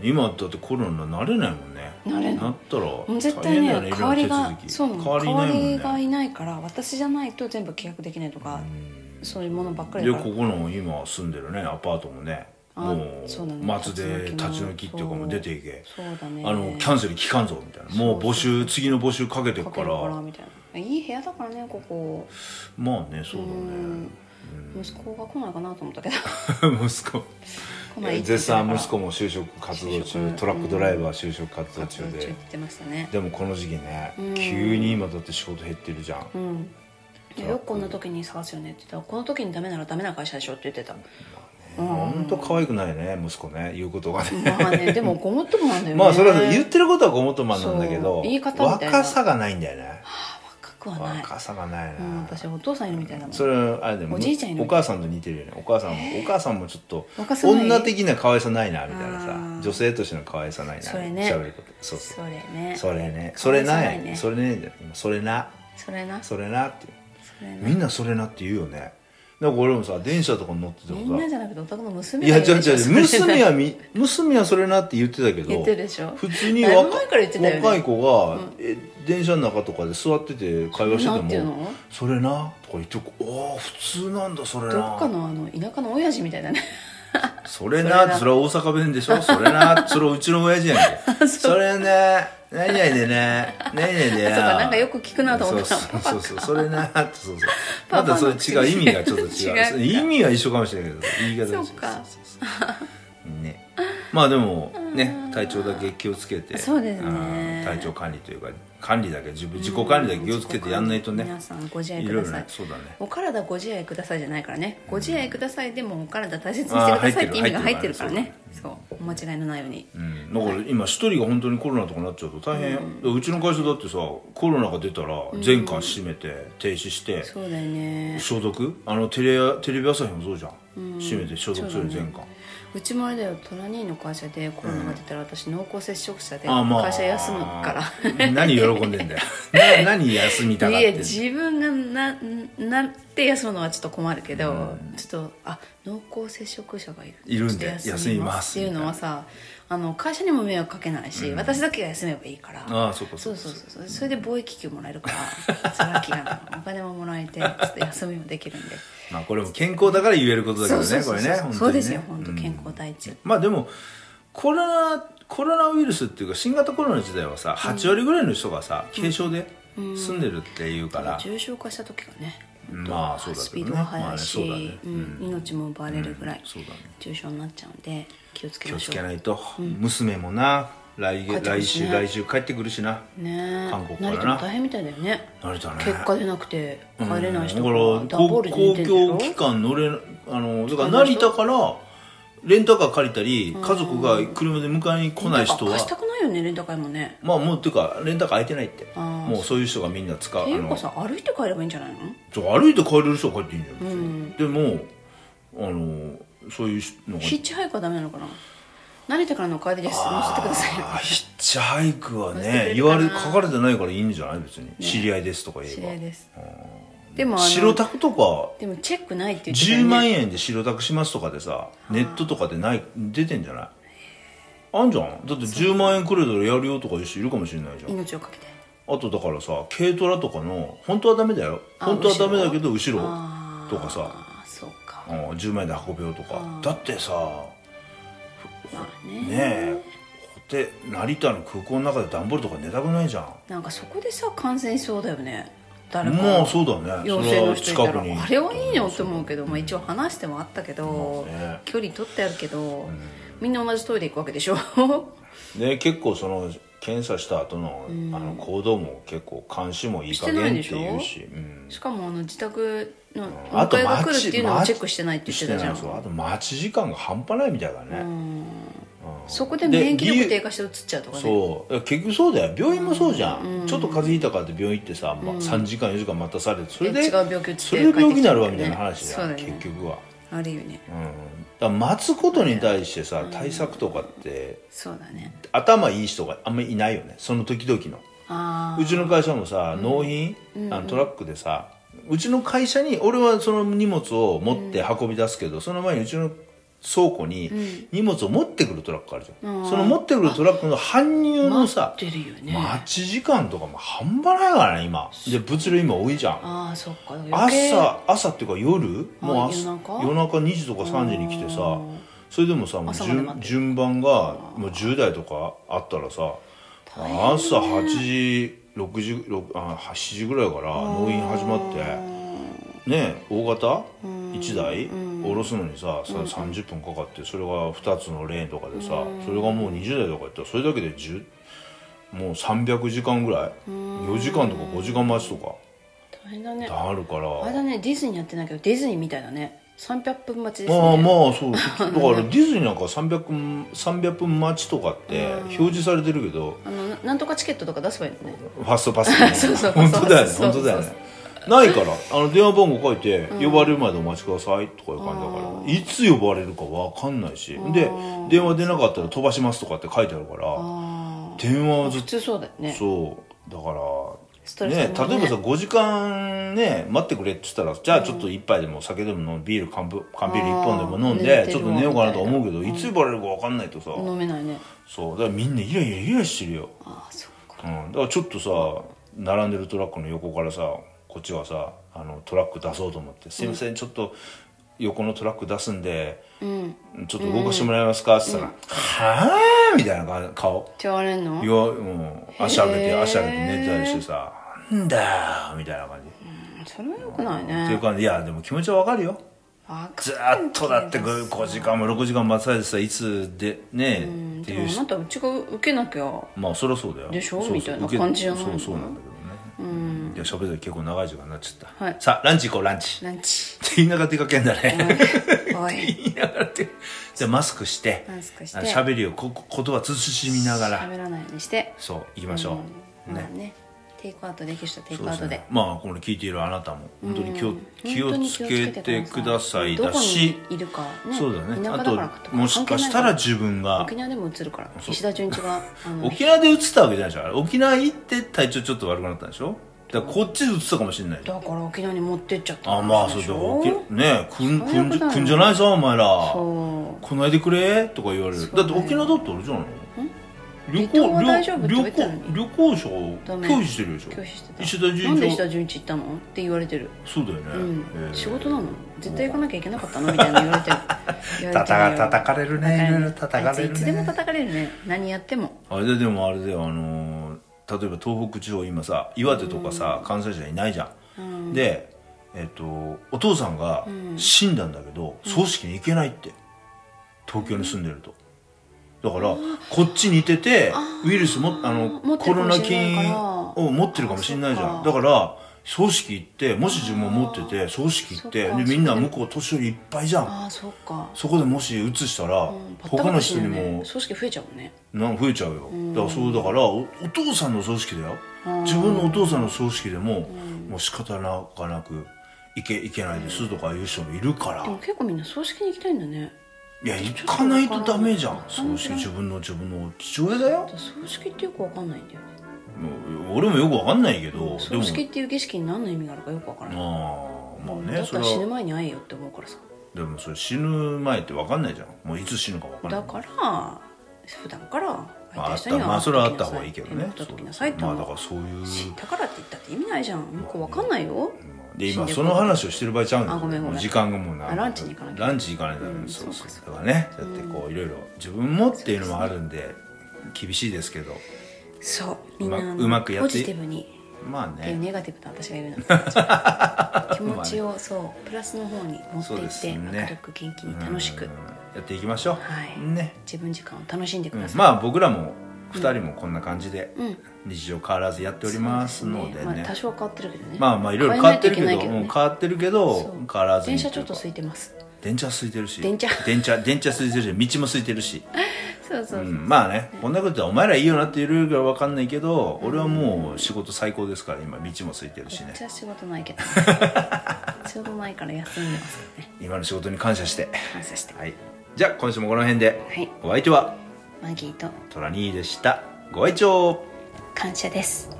[SPEAKER 1] うん今だってコロナ慣れないもんね
[SPEAKER 2] 慣れない
[SPEAKER 1] ったら
[SPEAKER 2] もう絶対
[SPEAKER 1] 大変だ
[SPEAKER 2] ね
[SPEAKER 1] よ
[SPEAKER 2] 代わり
[SPEAKER 1] いろ
[SPEAKER 2] が
[SPEAKER 1] いろ手続き
[SPEAKER 2] そうなの
[SPEAKER 1] 代わりい
[SPEAKER 2] 代
[SPEAKER 1] な
[SPEAKER 2] わ
[SPEAKER 1] いもん
[SPEAKER 2] り
[SPEAKER 1] ね
[SPEAKER 2] がいないから私じゃないと全部契約できないとかそういうものばっかり
[SPEAKER 1] で
[SPEAKER 2] だか
[SPEAKER 1] こ
[SPEAKER 2] ら
[SPEAKER 1] この今住んでるねアパートもね
[SPEAKER 2] あ
[SPEAKER 1] も
[SPEAKER 2] そうだね
[SPEAKER 1] 松で
[SPEAKER 2] 立ち退き
[SPEAKER 1] 立
[SPEAKER 2] の
[SPEAKER 1] ち退きっていうかもう出ていけ
[SPEAKER 2] そうだね
[SPEAKER 1] あのキャンセル聞かんぞみたいなもう募集次の募集かけてく
[SPEAKER 2] か
[SPEAKER 1] か
[SPEAKER 2] ける
[SPEAKER 1] ら
[SPEAKER 2] からみたいないい部屋だからねここ
[SPEAKER 1] まあねそうだ
[SPEAKER 2] うん
[SPEAKER 1] ね
[SPEAKER 2] 息子が来ないかなと思 ったけど
[SPEAKER 1] 息子
[SPEAKER 2] 来ないって言ってたから
[SPEAKER 1] 絶賛息子も就職活動
[SPEAKER 2] 就職
[SPEAKER 1] 中トラックドライバー就職活動中
[SPEAKER 2] って
[SPEAKER 1] で
[SPEAKER 2] 言ってましたね
[SPEAKER 1] でもこの時期ね急に今だって仕事減ってるじゃん
[SPEAKER 2] うんいやよくこんな時に探すよねって言ったらこの時にダメならダメな会社でしょって言っ てた
[SPEAKER 1] 本当可愛くないね息子ね言うことがね
[SPEAKER 2] まあねでもごもっともなんだよね
[SPEAKER 1] まあそれは言ってることはごもっともなんだけ
[SPEAKER 2] そ
[SPEAKER 1] ど
[SPEAKER 2] う言い方みたいな
[SPEAKER 1] 若さがないんだよね
[SPEAKER 2] 若くはない
[SPEAKER 1] 若さがない
[SPEAKER 2] うん
[SPEAKER 1] な
[SPEAKER 2] 私お父さんいるみたいだもん
[SPEAKER 1] それはあれでも
[SPEAKER 2] おじいちゃんいる
[SPEAKER 1] お母さんと似てるよねお母さんもお母さんもちょっと
[SPEAKER 2] 若さない
[SPEAKER 1] 女的な可愛さないなみたいな
[SPEAKER 2] あ
[SPEAKER 1] さ
[SPEAKER 2] ー
[SPEAKER 1] 女性としての可愛さないな
[SPEAKER 2] それね
[SPEAKER 1] 喋ることそうそう
[SPEAKER 2] それね
[SPEAKER 1] それね
[SPEAKER 2] 可
[SPEAKER 1] そ
[SPEAKER 2] 愛
[SPEAKER 1] れ
[SPEAKER 2] さ
[SPEAKER 1] な
[SPEAKER 2] ないね
[SPEAKER 1] いそれねじゃない今それな
[SPEAKER 2] それなそ
[SPEAKER 1] それなって
[SPEAKER 2] れな
[SPEAKER 1] みんなそれなって言うよねなんか俺もさ電車とかに乗ってて
[SPEAKER 2] み
[SPEAKER 1] も
[SPEAKER 2] んな
[SPEAKER 1] さ
[SPEAKER 2] じゃなくてお宅の娘
[SPEAKER 1] いや違う
[SPEAKER 2] 言うで
[SPEAKER 1] 違
[SPEAKER 2] し
[SPEAKER 1] う
[SPEAKER 2] ょそれ
[SPEAKER 1] 娘はみ娘はそれなって言ってたけど
[SPEAKER 2] 言ってるでしょ
[SPEAKER 1] 普通に
[SPEAKER 2] だいぶ
[SPEAKER 1] 若
[SPEAKER 2] 前から言ってたよね
[SPEAKER 1] 若い子が、え電車の中とかで座ってて会話
[SPEAKER 2] な
[SPEAKER 1] して
[SPEAKER 2] ん
[SPEAKER 1] て
[SPEAKER 2] い
[SPEAKER 1] て
[SPEAKER 2] う
[SPEAKER 1] も
[SPEAKER 2] の
[SPEAKER 1] 「それな」とか言ってこう「ああ普通なんだそれな」
[SPEAKER 2] どっかのあの田舎の親父みたいだね
[SPEAKER 1] それなってそれは大阪弁でし ょそれなそれはうちの親父やんけそれね何々でね何々で
[SPEAKER 2] あ
[SPEAKER 1] な
[SPEAKER 2] そうかなんかよく聞くなと思っ
[SPEAKER 1] そ
[SPEAKER 2] た
[SPEAKER 1] うそうそうそうそれなってそうそうま
[SPEAKER 2] パパの
[SPEAKER 1] たそれ
[SPEAKER 2] 口
[SPEAKER 1] 違う意味がちょっと
[SPEAKER 2] 違う
[SPEAKER 1] 違
[SPEAKER 2] か
[SPEAKER 1] う意味は一緒かもしれないけど言い方が違
[SPEAKER 2] そうか
[SPEAKER 1] そうそうねまあでもね体調だけ気をつけて
[SPEAKER 2] そうですね
[SPEAKER 1] うん体調管理というか管理だけ自分自己管理だけ気をつけてやんないとね
[SPEAKER 2] 皆さんご 自愛
[SPEAKER 1] い
[SPEAKER 2] く
[SPEAKER 1] ろい
[SPEAKER 2] だ
[SPEAKER 1] ろ
[SPEAKER 2] さい
[SPEAKER 1] ねそうだね
[SPEAKER 2] お体ご自愛くださいじゃないからねご自愛くださいでもお体大切にしてくださいって意味が入ってるからねそうお間違いのないように
[SPEAKER 1] うん、だから今一人が本当にコロナとかなっちゃうと大変、うちの会社だってさコロナが出たら全館閉めて停止して、
[SPEAKER 2] そうだよね
[SPEAKER 1] 消毒あのテレテレビ朝日もそうじゃん、閉めて消毒する全館、
[SPEAKER 2] うちもあれだよトラ兄の会社でコロナが出たら私濃厚接触者で
[SPEAKER 1] あまあ
[SPEAKER 2] 会社休むから
[SPEAKER 1] ら 何喜んでん だよな何休みたがっ
[SPEAKER 2] いや
[SPEAKER 1] てんの
[SPEAKER 2] 自分がななって休むのはちょっと困るけど、ちょっとあ濃厚接触者がいる
[SPEAKER 1] いるんで
[SPEAKER 2] ちょっとって
[SPEAKER 1] 休みます
[SPEAKER 2] いうのはさあの会社にも迷惑かけないし、私だけが休めばいいから
[SPEAKER 1] ああそうか
[SPEAKER 2] そ
[SPEAKER 1] そうう
[SPEAKER 2] そ
[SPEAKER 1] そうう
[SPEAKER 2] そうそれで貿易給もらえるからそれは気がなお金ももらえてちょっと休みもできるんで
[SPEAKER 1] まあこれも健康だから言えることだけどね
[SPEAKER 2] そうそう
[SPEAKER 1] こ
[SPEAKER 2] そう
[SPEAKER 1] れ
[SPEAKER 2] そ
[SPEAKER 1] ね本
[SPEAKER 2] う
[SPEAKER 1] 当にね
[SPEAKER 2] そうですよ本当健康第一、
[SPEAKER 1] まあでもコロナコロナウイルスっていうか新型コロナ自体はさ8割ぐらいの人がさ、軽症で住んでるっていうから、
[SPEAKER 2] 重症化した時がね
[SPEAKER 1] まあそうだ
[SPEAKER 2] ス
[SPEAKER 1] け
[SPEAKER 2] ピ
[SPEAKER 1] どね
[SPEAKER 2] ードが速
[SPEAKER 1] まあ
[SPEAKER 2] い
[SPEAKER 1] ね
[SPEAKER 2] し、
[SPEAKER 1] そうだね
[SPEAKER 2] うん命も奪われるぐらい
[SPEAKER 1] そうだね
[SPEAKER 2] 重症になっちゃうんで気をつけ
[SPEAKER 1] 気を
[SPEAKER 2] ま
[SPEAKER 1] つ
[SPEAKER 2] し
[SPEAKER 1] け
[SPEAKER 2] ょう
[SPEAKER 1] ないと、娘もな来
[SPEAKER 2] 帰
[SPEAKER 1] 月
[SPEAKER 2] ってくる
[SPEAKER 1] 来
[SPEAKER 2] し
[SPEAKER 1] 週
[SPEAKER 2] ね
[SPEAKER 1] 来週帰ってくるしな
[SPEAKER 2] ねえ
[SPEAKER 1] 韓国からな
[SPEAKER 2] 成田も大変みたいだよね
[SPEAKER 1] 成田ね
[SPEAKER 2] 結果出なくて帰れない人
[SPEAKER 1] うんだから公
[SPEAKER 2] 寝て
[SPEAKER 1] 公
[SPEAKER 2] んだよ
[SPEAKER 1] 共機関乗れあのだか
[SPEAKER 2] 使
[SPEAKER 1] ら
[SPEAKER 2] えない人
[SPEAKER 1] 成田からレンタカー借りたり家族が車で迎えに来ない人
[SPEAKER 2] レンタカー
[SPEAKER 1] は
[SPEAKER 2] 貸したくないよねレンタカーもね
[SPEAKER 1] まあもうっていうかレンタカー空いてないって
[SPEAKER 2] あー
[SPEAKER 1] もうそういう人がみんな使う
[SPEAKER 2] っ
[SPEAKER 1] あ
[SPEAKER 2] ていう
[SPEAKER 1] の
[SPEAKER 2] かさ歩いて帰ればいいんじゃないの
[SPEAKER 1] ちょ歩いて帰れる人は帰っていいんじゃない、でもあのそういうのが
[SPEAKER 2] ヒッチハイクはダメなのかな成田からの帰りです乗せてくださいよ
[SPEAKER 1] あーヒッチハイクは
[SPEAKER 2] 載せて
[SPEAKER 1] ね
[SPEAKER 2] くれ
[SPEAKER 1] 言
[SPEAKER 2] るか
[SPEAKER 1] わ
[SPEAKER 2] な
[SPEAKER 1] れ書かれてないからいいんじゃない別に、知り合いですとか言
[SPEAKER 2] 知り合い
[SPEAKER 1] え
[SPEAKER 2] ですでもあ
[SPEAKER 1] ば
[SPEAKER 2] の
[SPEAKER 1] 白タクとか
[SPEAKER 2] でもチェックないって言ってたよね
[SPEAKER 1] 10万円で白タクしますとかでさネットとかでない出てんじゃないあんじゃんだって10万円くれたらやるよとかいう人いるかもしれないじゃん
[SPEAKER 2] 命をかけて
[SPEAKER 1] あとだからさ軽トラとかの本当はダメだよ
[SPEAKER 2] あ
[SPEAKER 1] 本当はダメだけど後ろ
[SPEAKER 2] あー
[SPEAKER 1] とかさ
[SPEAKER 2] そうか
[SPEAKER 1] うん10万円で運べようとかだってさ
[SPEAKER 2] まあね
[SPEAKER 1] ねえホテ成田の空港の中で段ボールとか寝たくないじゃん
[SPEAKER 2] なんかそこでさ感染しそうだよね誰か
[SPEAKER 1] まあそうだね
[SPEAKER 2] 陽性の人いた
[SPEAKER 1] そ
[SPEAKER 2] ら
[SPEAKER 1] は近くに
[SPEAKER 2] あれはいいよって思うけど、まあ、一応話してもあったけど、
[SPEAKER 1] まあね
[SPEAKER 2] 距離取ってあるけど、みんな同じトイレ行くわけでしょ
[SPEAKER 1] で結構その検査した後の、あの行動も結構監視もいい加減っていうしうん
[SPEAKER 2] しかもあの自宅のお
[SPEAKER 1] あと
[SPEAKER 2] 迎えが来る
[SPEAKER 1] 待
[SPEAKER 2] っ
[SPEAKER 1] ち
[SPEAKER 2] ていうのもチェックしてないって言ってたじゃん
[SPEAKER 1] してないそうあと待ち時間が半端ないみたいだね、
[SPEAKER 2] そこで
[SPEAKER 1] で
[SPEAKER 2] 免疫
[SPEAKER 1] 理
[SPEAKER 2] 力
[SPEAKER 1] 由
[SPEAKER 2] 低下して移っちゃうとかね
[SPEAKER 1] そういや結局そうだよ病院もそうじゃん、ちょっと風邪ひいたからって病院行ってさ、まあ、3時間4時間待たされてそれ
[SPEAKER 2] で
[SPEAKER 1] で
[SPEAKER 2] 違う病気移って
[SPEAKER 1] それで病気になるわみたいな
[SPEAKER 2] 帰っ
[SPEAKER 1] 話
[SPEAKER 2] てき
[SPEAKER 1] じ
[SPEAKER 2] ちゃ
[SPEAKER 1] ゃ、
[SPEAKER 2] うんからねそうだよね
[SPEAKER 1] 結局は、
[SPEAKER 2] あるよね
[SPEAKER 1] うん、だから待つことに対してさ、対策とかって
[SPEAKER 2] そうだね
[SPEAKER 1] 頭いい人があんまりいないよねその時々の
[SPEAKER 2] あ
[SPEAKER 1] うちの会社もさ納品、あのトラックでさうちの会社に俺はその荷物を持って運び出すけど、その前にうちの倉庫に荷物を持ってくるトラックあるじゃん、その持ってくるトラックの搬入
[SPEAKER 2] あ
[SPEAKER 1] のさ
[SPEAKER 2] 待ってるよね、
[SPEAKER 1] 待ち時間とかも半端ないからね今で物流今多いじゃん
[SPEAKER 2] ああそっか余計
[SPEAKER 1] 朝朝っていうか夜もう
[SPEAKER 2] あ
[SPEAKER 1] 朝
[SPEAKER 2] 夜中
[SPEAKER 1] 夜中2時とか3時に来てさそれでもさもう
[SPEAKER 2] 朝ま
[SPEAKER 1] 順
[SPEAKER 2] で待ってる
[SPEAKER 1] 順番がもう10台とかあったらさ朝8時6時6あ8時ぐらいから納品始まってね大型1台下ろすのにささ30分かかってそれが2つのレーンとかでさそれがもう20台とかやったらそれだけで10もう300時間ぐらい4時間とか5時間待ちとか
[SPEAKER 2] 大変だね
[SPEAKER 1] あるから
[SPEAKER 2] あれだねディズニーやってないけどディズニーみたいだね300分待ちですみ
[SPEAKER 1] ま
[SPEAKER 2] た
[SPEAKER 1] あ
[SPEAKER 2] いな
[SPEAKER 1] まあそうだからディズニーなんか300分300分待ちとかって表示されてるけど
[SPEAKER 2] あのななんとかチケットとか出せばいいのね
[SPEAKER 1] ファストパスみたいな
[SPEAKER 2] そうそう
[SPEAKER 1] 本当だよね
[SPEAKER 2] そう
[SPEAKER 1] 本
[SPEAKER 2] そうそう
[SPEAKER 1] 当だよねないからあの電話番号書いて呼ばれるまでお待ちくださいとかいう感じだからいつ呼ばれるか分かんないしで電話出なかったら飛ばしますとかって書いてあるから電話はずっ
[SPEAKER 2] 普
[SPEAKER 1] と
[SPEAKER 2] 通そうだよね
[SPEAKER 1] そうだから
[SPEAKER 2] ストレ
[SPEAKER 1] ね
[SPEAKER 2] スも
[SPEAKER 1] 例えばさ5時間ね待ってくれって言ったらじゃあちょっと一杯でも酒でも飲むビール缶ぶ缶ビール1本でも飲ん
[SPEAKER 2] あー寝
[SPEAKER 1] で
[SPEAKER 2] て
[SPEAKER 1] ち
[SPEAKER 2] る
[SPEAKER 1] ょっ
[SPEAKER 2] わ
[SPEAKER 1] と寝ようかなと思うけど
[SPEAKER 2] みたい
[SPEAKER 1] い
[SPEAKER 2] な
[SPEAKER 1] つ呼ばれるか分かんないとさ
[SPEAKER 2] 飲めないね
[SPEAKER 1] そうだからみんなイライライライラしてるよ、
[SPEAKER 2] ああそっか
[SPEAKER 1] うん、だからちょっとさ並んでるトラックの横からさこっちはさあのトラック出そうと思って「すいませんちょっと横のトラック出すんで
[SPEAKER 2] うん
[SPEAKER 1] ちょっと動かしてもらえますか?」っつったら「はあ?」みたいな顔。
[SPEAKER 2] じゃああれんの
[SPEAKER 1] いやもう足上げて
[SPEAKER 2] へー
[SPEAKER 1] 足上げて寝てたりしてさ「なんだよ」みたいな感じ、
[SPEAKER 2] それはよくない
[SPEAKER 1] っていう
[SPEAKER 2] ね
[SPEAKER 1] 感じいやでも気持ちはわかるよ
[SPEAKER 2] わか
[SPEAKER 1] ずーっとだって5時間も6時間待たされてさいつでねえって
[SPEAKER 2] で
[SPEAKER 1] いう
[SPEAKER 2] もあ
[SPEAKER 1] し
[SPEAKER 2] なたうちが受けなきゃ
[SPEAKER 1] まあそりゃそうだよ
[SPEAKER 2] でし
[SPEAKER 1] そ
[SPEAKER 2] ょ
[SPEAKER 1] うそう
[SPEAKER 2] みたいな
[SPEAKER 1] 受け
[SPEAKER 2] 感じじゃない
[SPEAKER 1] そ
[SPEAKER 2] の
[SPEAKER 1] うそうなんだけどねうんいや喋ったら結構長い時間になっちゃった、
[SPEAKER 2] はい
[SPEAKER 1] さあランチ行こうランチっ
[SPEAKER 2] ランチ
[SPEAKER 1] て言いながら出かけんだね、
[SPEAKER 2] おい
[SPEAKER 1] 言いながらってじゃあマスクして
[SPEAKER 2] マスクして
[SPEAKER 1] あの喋りをここ言葉慎みながら
[SPEAKER 2] 喋らないようにして
[SPEAKER 1] そう行きましょう、
[SPEAKER 2] まあねテイクアウトできる人はテイ
[SPEAKER 1] そう
[SPEAKER 2] ク
[SPEAKER 1] で
[SPEAKER 2] アウ
[SPEAKER 1] す
[SPEAKER 2] トで
[SPEAKER 1] ね、まあこれ聞いているあなたも本当に気を,、気
[SPEAKER 2] 本当
[SPEAKER 1] を
[SPEAKER 2] に
[SPEAKER 1] つけてください
[SPEAKER 2] ど
[SPEAKER 1] だ
[SPEAKER 2] こ
[SPEAKER 1] し
[SPEAKER 2] にいるかね
[SPEAKER 1] そうだね
[SPEAKER 2] 田
[SPEAKER 1] あ
[SPEAKER 2] 舎だからと
[SPEAKER 1] ともしかしたら自分が
[SPEAKER 2] 沖縄でも映るから
[SPEAKER 1] そう
[SPEAKER 2] 石田純一があの
[SPEAKER 1] 沖縄で移ったわけじゃないでしょあれ沖縄行って体調ちょっと悪くなったんでしょだからこっちで移ったかもしれない
[SPEAKER 2] だから沖縄に持ってっちゃった
[SPEAKER 1] あまあそう
[SPEAKER 2] で
[SPEAKER 1] だ
[SPEAKER 2] し
[SPEAKER 1] よ
[SPEAKER 2] ょ
[SPEAKER 1] 沖ねえくんくんじ
[SPEAKER 2] 最悪だよ
[SPEAKER 1] くんじゃないぞお前ら
[SPEAKER 2] そ
[SPEAKER 1] 来ないでくれとか言われる、
[SPEAKER 2] そう
[SPEAKER 1] だ
[SPEAKER 2] だ
[SPEAKER 1] っ
[SPEAKER 2] よ
[SPEAKER 1] て沖縄だってあれじゃないの旅
[SPEAKER 2] 離島は大丈夫
[SPEAKER 1] 行旅行
[SPEAKER 2] って言われてたのに
[SPEAKER 1] 旅行者を
[SPEAKER 2] ダメ
[SPEAKER 1] 拒否してるでしょ
[SPEAKER 2] う拒否してた
[SPEAKER 1] 石田
[SPEAKER 2] なん
[SPEAKER 1] 純
[SPEAKER 2] で
[SPEAKER 1] 一
[SPEAKER 2] 石
[SPEAKER 1] は
[SPEAKER 2] 田純一行ったのって言われてる
[SPEAKER 1] そうだよね、
[SPEAKER 2] うん
[SPEAKER 1] えー
[SPEAKER 2] 仕事なの絶対行かなきゃいけなかったのみたいな言わ れてる言われてるよ
[SPEAKER 1] 叩かれるねいろいろ叩かれるね
[SPEAKER 2] あいついつでも叩かれるね何やっても
[SPEAKER 1] あれででもあれだよあのー例えば東北地方今さ岩手とかさ、関西人いないじゃん、でえっ、とお父さんが死んだんだけど、葬式に行けないって東京に住んでるとだからこっちにいててウイルスもあ
[SPEAKER 2] 持
[SPEAKER 1] の
[SPEAKER 2] って
[SPEAKER 1] コ
[SPEAKER 2] るか
[SPEAKER 1] ロ
[SPEAKER 2] も
[SPEAKER 1] ナ
[SPEAKER 2] しれ
[SPEAKER 1] 菌
[SPEAKER 2] ないから
[SPEAKER 1] を持ってるかもしれないじゃ
[SPEAKER 2] あ
[SPEAKER 1] ん
[SPEAKER 2] そ
[SPEAKER 1] だ
[SPEAKER 2] っ
[SPEAKER 1] から葬式行ってもし自分も持ってて葬式行って
[SPEAKER 2] そっ
[SPEAKER 1] で
[SPEAKER 2] か
[SPEAKER 1] みんな
[SPEAKER 2] そっか
[SPEAKER 1] 向こう年寄りいっぱいじゃん
[SPEAKER 2] ああそっか
[SPEAKER 1] そこでもし移したら、
[SPEAKER 2] うんバッタバ
[SPEAKER 1] 他の
[SPEAKER 2] タし
[SPEAKER 1] 人
[SPEAKER 2] ない
[SPEAKER 1] にも
[SPEAKER 2] ね組織増えちゃうもんね
[SPEAKER 1] なんか増えちゃうよ、だからそうだからおお父さんの葬式だよ、自分のお父さんの葬式でも、もう仕方なかなくいけいけないですとかいう人もいるから、
[SPEAKER 2] でも結構みんな葬式に行きたいんだね
[SPEAKER 1] いや行かないとダメじゃん
[SPEAKER 2] ちょっ
[SPEAKER 1] 葬
[SPEAKER 2] とわから
[SPEAKER 1] 式
[SPEAKER 2] ん
[SPEAKER 1] 自分の自分の父親だよ
[SPEAKER 2] だから葬式ってよくわかんないんだよね
[SPEAKER 1] もう俺もよくわかんないけど、で
[SPEAKER 2] 葬
[SPEAKER 1] も
[SPEAKER 2] 式っていう儀式に何の意味があるかよくわからな
[SPEAKER 1] あ
[SPEAKER 2] い
[SPEAKER 1] あまあ
[SPEAKER 2] だ
[SPEAKER 1] ね
[SPEAKER 2] っ
[SPEAKER 1] そ
[SPEAKER 2] た
[SPEAKER 1] れ
[SPEAKER 2] ら死ぬ
[SPEAKER 1] は
[SPEAKER 2] 前に会えよって思うからさ
[SPEAKER 1] でもそれ死ぬ前ってわかんないじゃんもういつ死ぬかわかんない
[SPEAKER 2] だから普段から
[SPEAKER 1] まあ、あ
[SPEAKER 2] 相手
[SPEAKER 1] っ
[SPEAKER 2] し
[SPEAKER 1] た
[SPEAKER 2] た人に
[SPEAKER 1] ま
[SPEAKER 2] は
[SPEAKER 1] あそれはあった方がいいけどね
[SPEAKER 2] 会っときな
[SPEAKER 1] そ
[SPEAKER 2] さいうって
[SPEAKER 1] まあ
[SPEAKER 2] 思
[SPEAKER 1] だ
[SPEAKER 2] う
[SPEAKER 1] からそういう
[SPEAKER 2] 死んだからって言ったって意味ないじゃん向こうわかんないよ
[SPEAKER 1] で
[SPEAKER 2] 死ん
[SPEAKER 1] 今
[SPEAKER 2] で
[SPEAKER 1] その話をしてる場合ちゃうんだ
[SPEAKER 2] あ
[SPEAKER 1] よ
[SPEAKER 2] ごめんごめん
[SPEAKER 1] もう時間がもうな
[SPEAKER 2] あランチに行かなきゃ
[SPEAKER 1] ランチ行かないとダメ
[SPEAKER 2] うん
[SPEAKER 1] そうそう
[SPEAKER 2] そう
[SPEAKER 1] だからねだってこういろいろ自分もっていうのもあるんで厳しいですけど
[SPEAKER 2] そうみんな
[SPEAKER 1] うま
[SPEAKER 2] あの
[SPEAKER 1] うまくやって
[SPEAKER 2] ポジティブに
[SPEAKER 1] まあ
[SPEAKER 2] っていう
[SPEAKER 1] ね
[SPEAKER 2] ネガティブな私がいるなんて 気持ちをそうプラスの方に持って
[SPEAKER 1] そう
[SPEAKER 2] い
[SPEAKER 1] で
[SPEAKER 2] っ
[SPEAKER 1] す
[SPEAKER 2] て
[SPEAKER 1] ね
[SPEAKER 2] 明るく元気に楽しく
[SPEAKER 1] うんやっていきましょう
[SPEAKER 2] はい
[SPEAKER 1] ね
[SPEAKER 2] 自分時間を楽しんで
[SPEAKER 1] う
[SPEAKER 2] く
[SPEAKER 1] ん
[SPEAKER 2] ださい
[SPEAKER 1] まあ僕らも2人もこんな感じで
[SPEAKER 2] うん
[SPEAKER 1] 日常変わらずやっておりますので
[SPEAKER 2] まあ
[SPEAKER 1] ね
[SPEAKER 2] 多少は変わってるけどね
[SPEAKER 1] まあまあいろいろ変わってるけ
[SPEAKER 2] 変
[SPEAKER 1] ど
[SPEAKER 2] えないといけない
[SPEAKER 1] うん
[SPEAKER 2] けどね
[SPEAKER 1] 変わってるけど
[SPEAKER 2] そう
[SPEAKER 1] 変わらずに
[SPEAKER 2] 電車ちょっと空いてます
[SPEAKER 1] 電車空いてるし
[SPEAKER 2] 電車
[SPEAKER 1] 電車電車空いてるし道も空いてるし
[SPEAKER 2] そうそうそう、
[SPEAKER 1] うん、まあねこんなことはお前らいいよなっていうルールが分かんないけど俺はもう仕事最高ですから今道も空いてるし
[SPEAKER 2] め
[SPEAKER 1] ね
[SPEAKER 2] っちゃ仕事な いけど仕事ないから休んでますからね
[SPEAKER 1] 今の仕事に感謝して
[SPEAKER 2] 感謝して
[SPEAKER 1] はいじゃあ今週もこの辺で、
[SPEAKER 2] はい
[SPEAKER 1] お相手は
[SPEAKER 2] マギーと
[SPEAKER 1] トラニーでしたご愛聴
[SPEAKER 2] 感謝です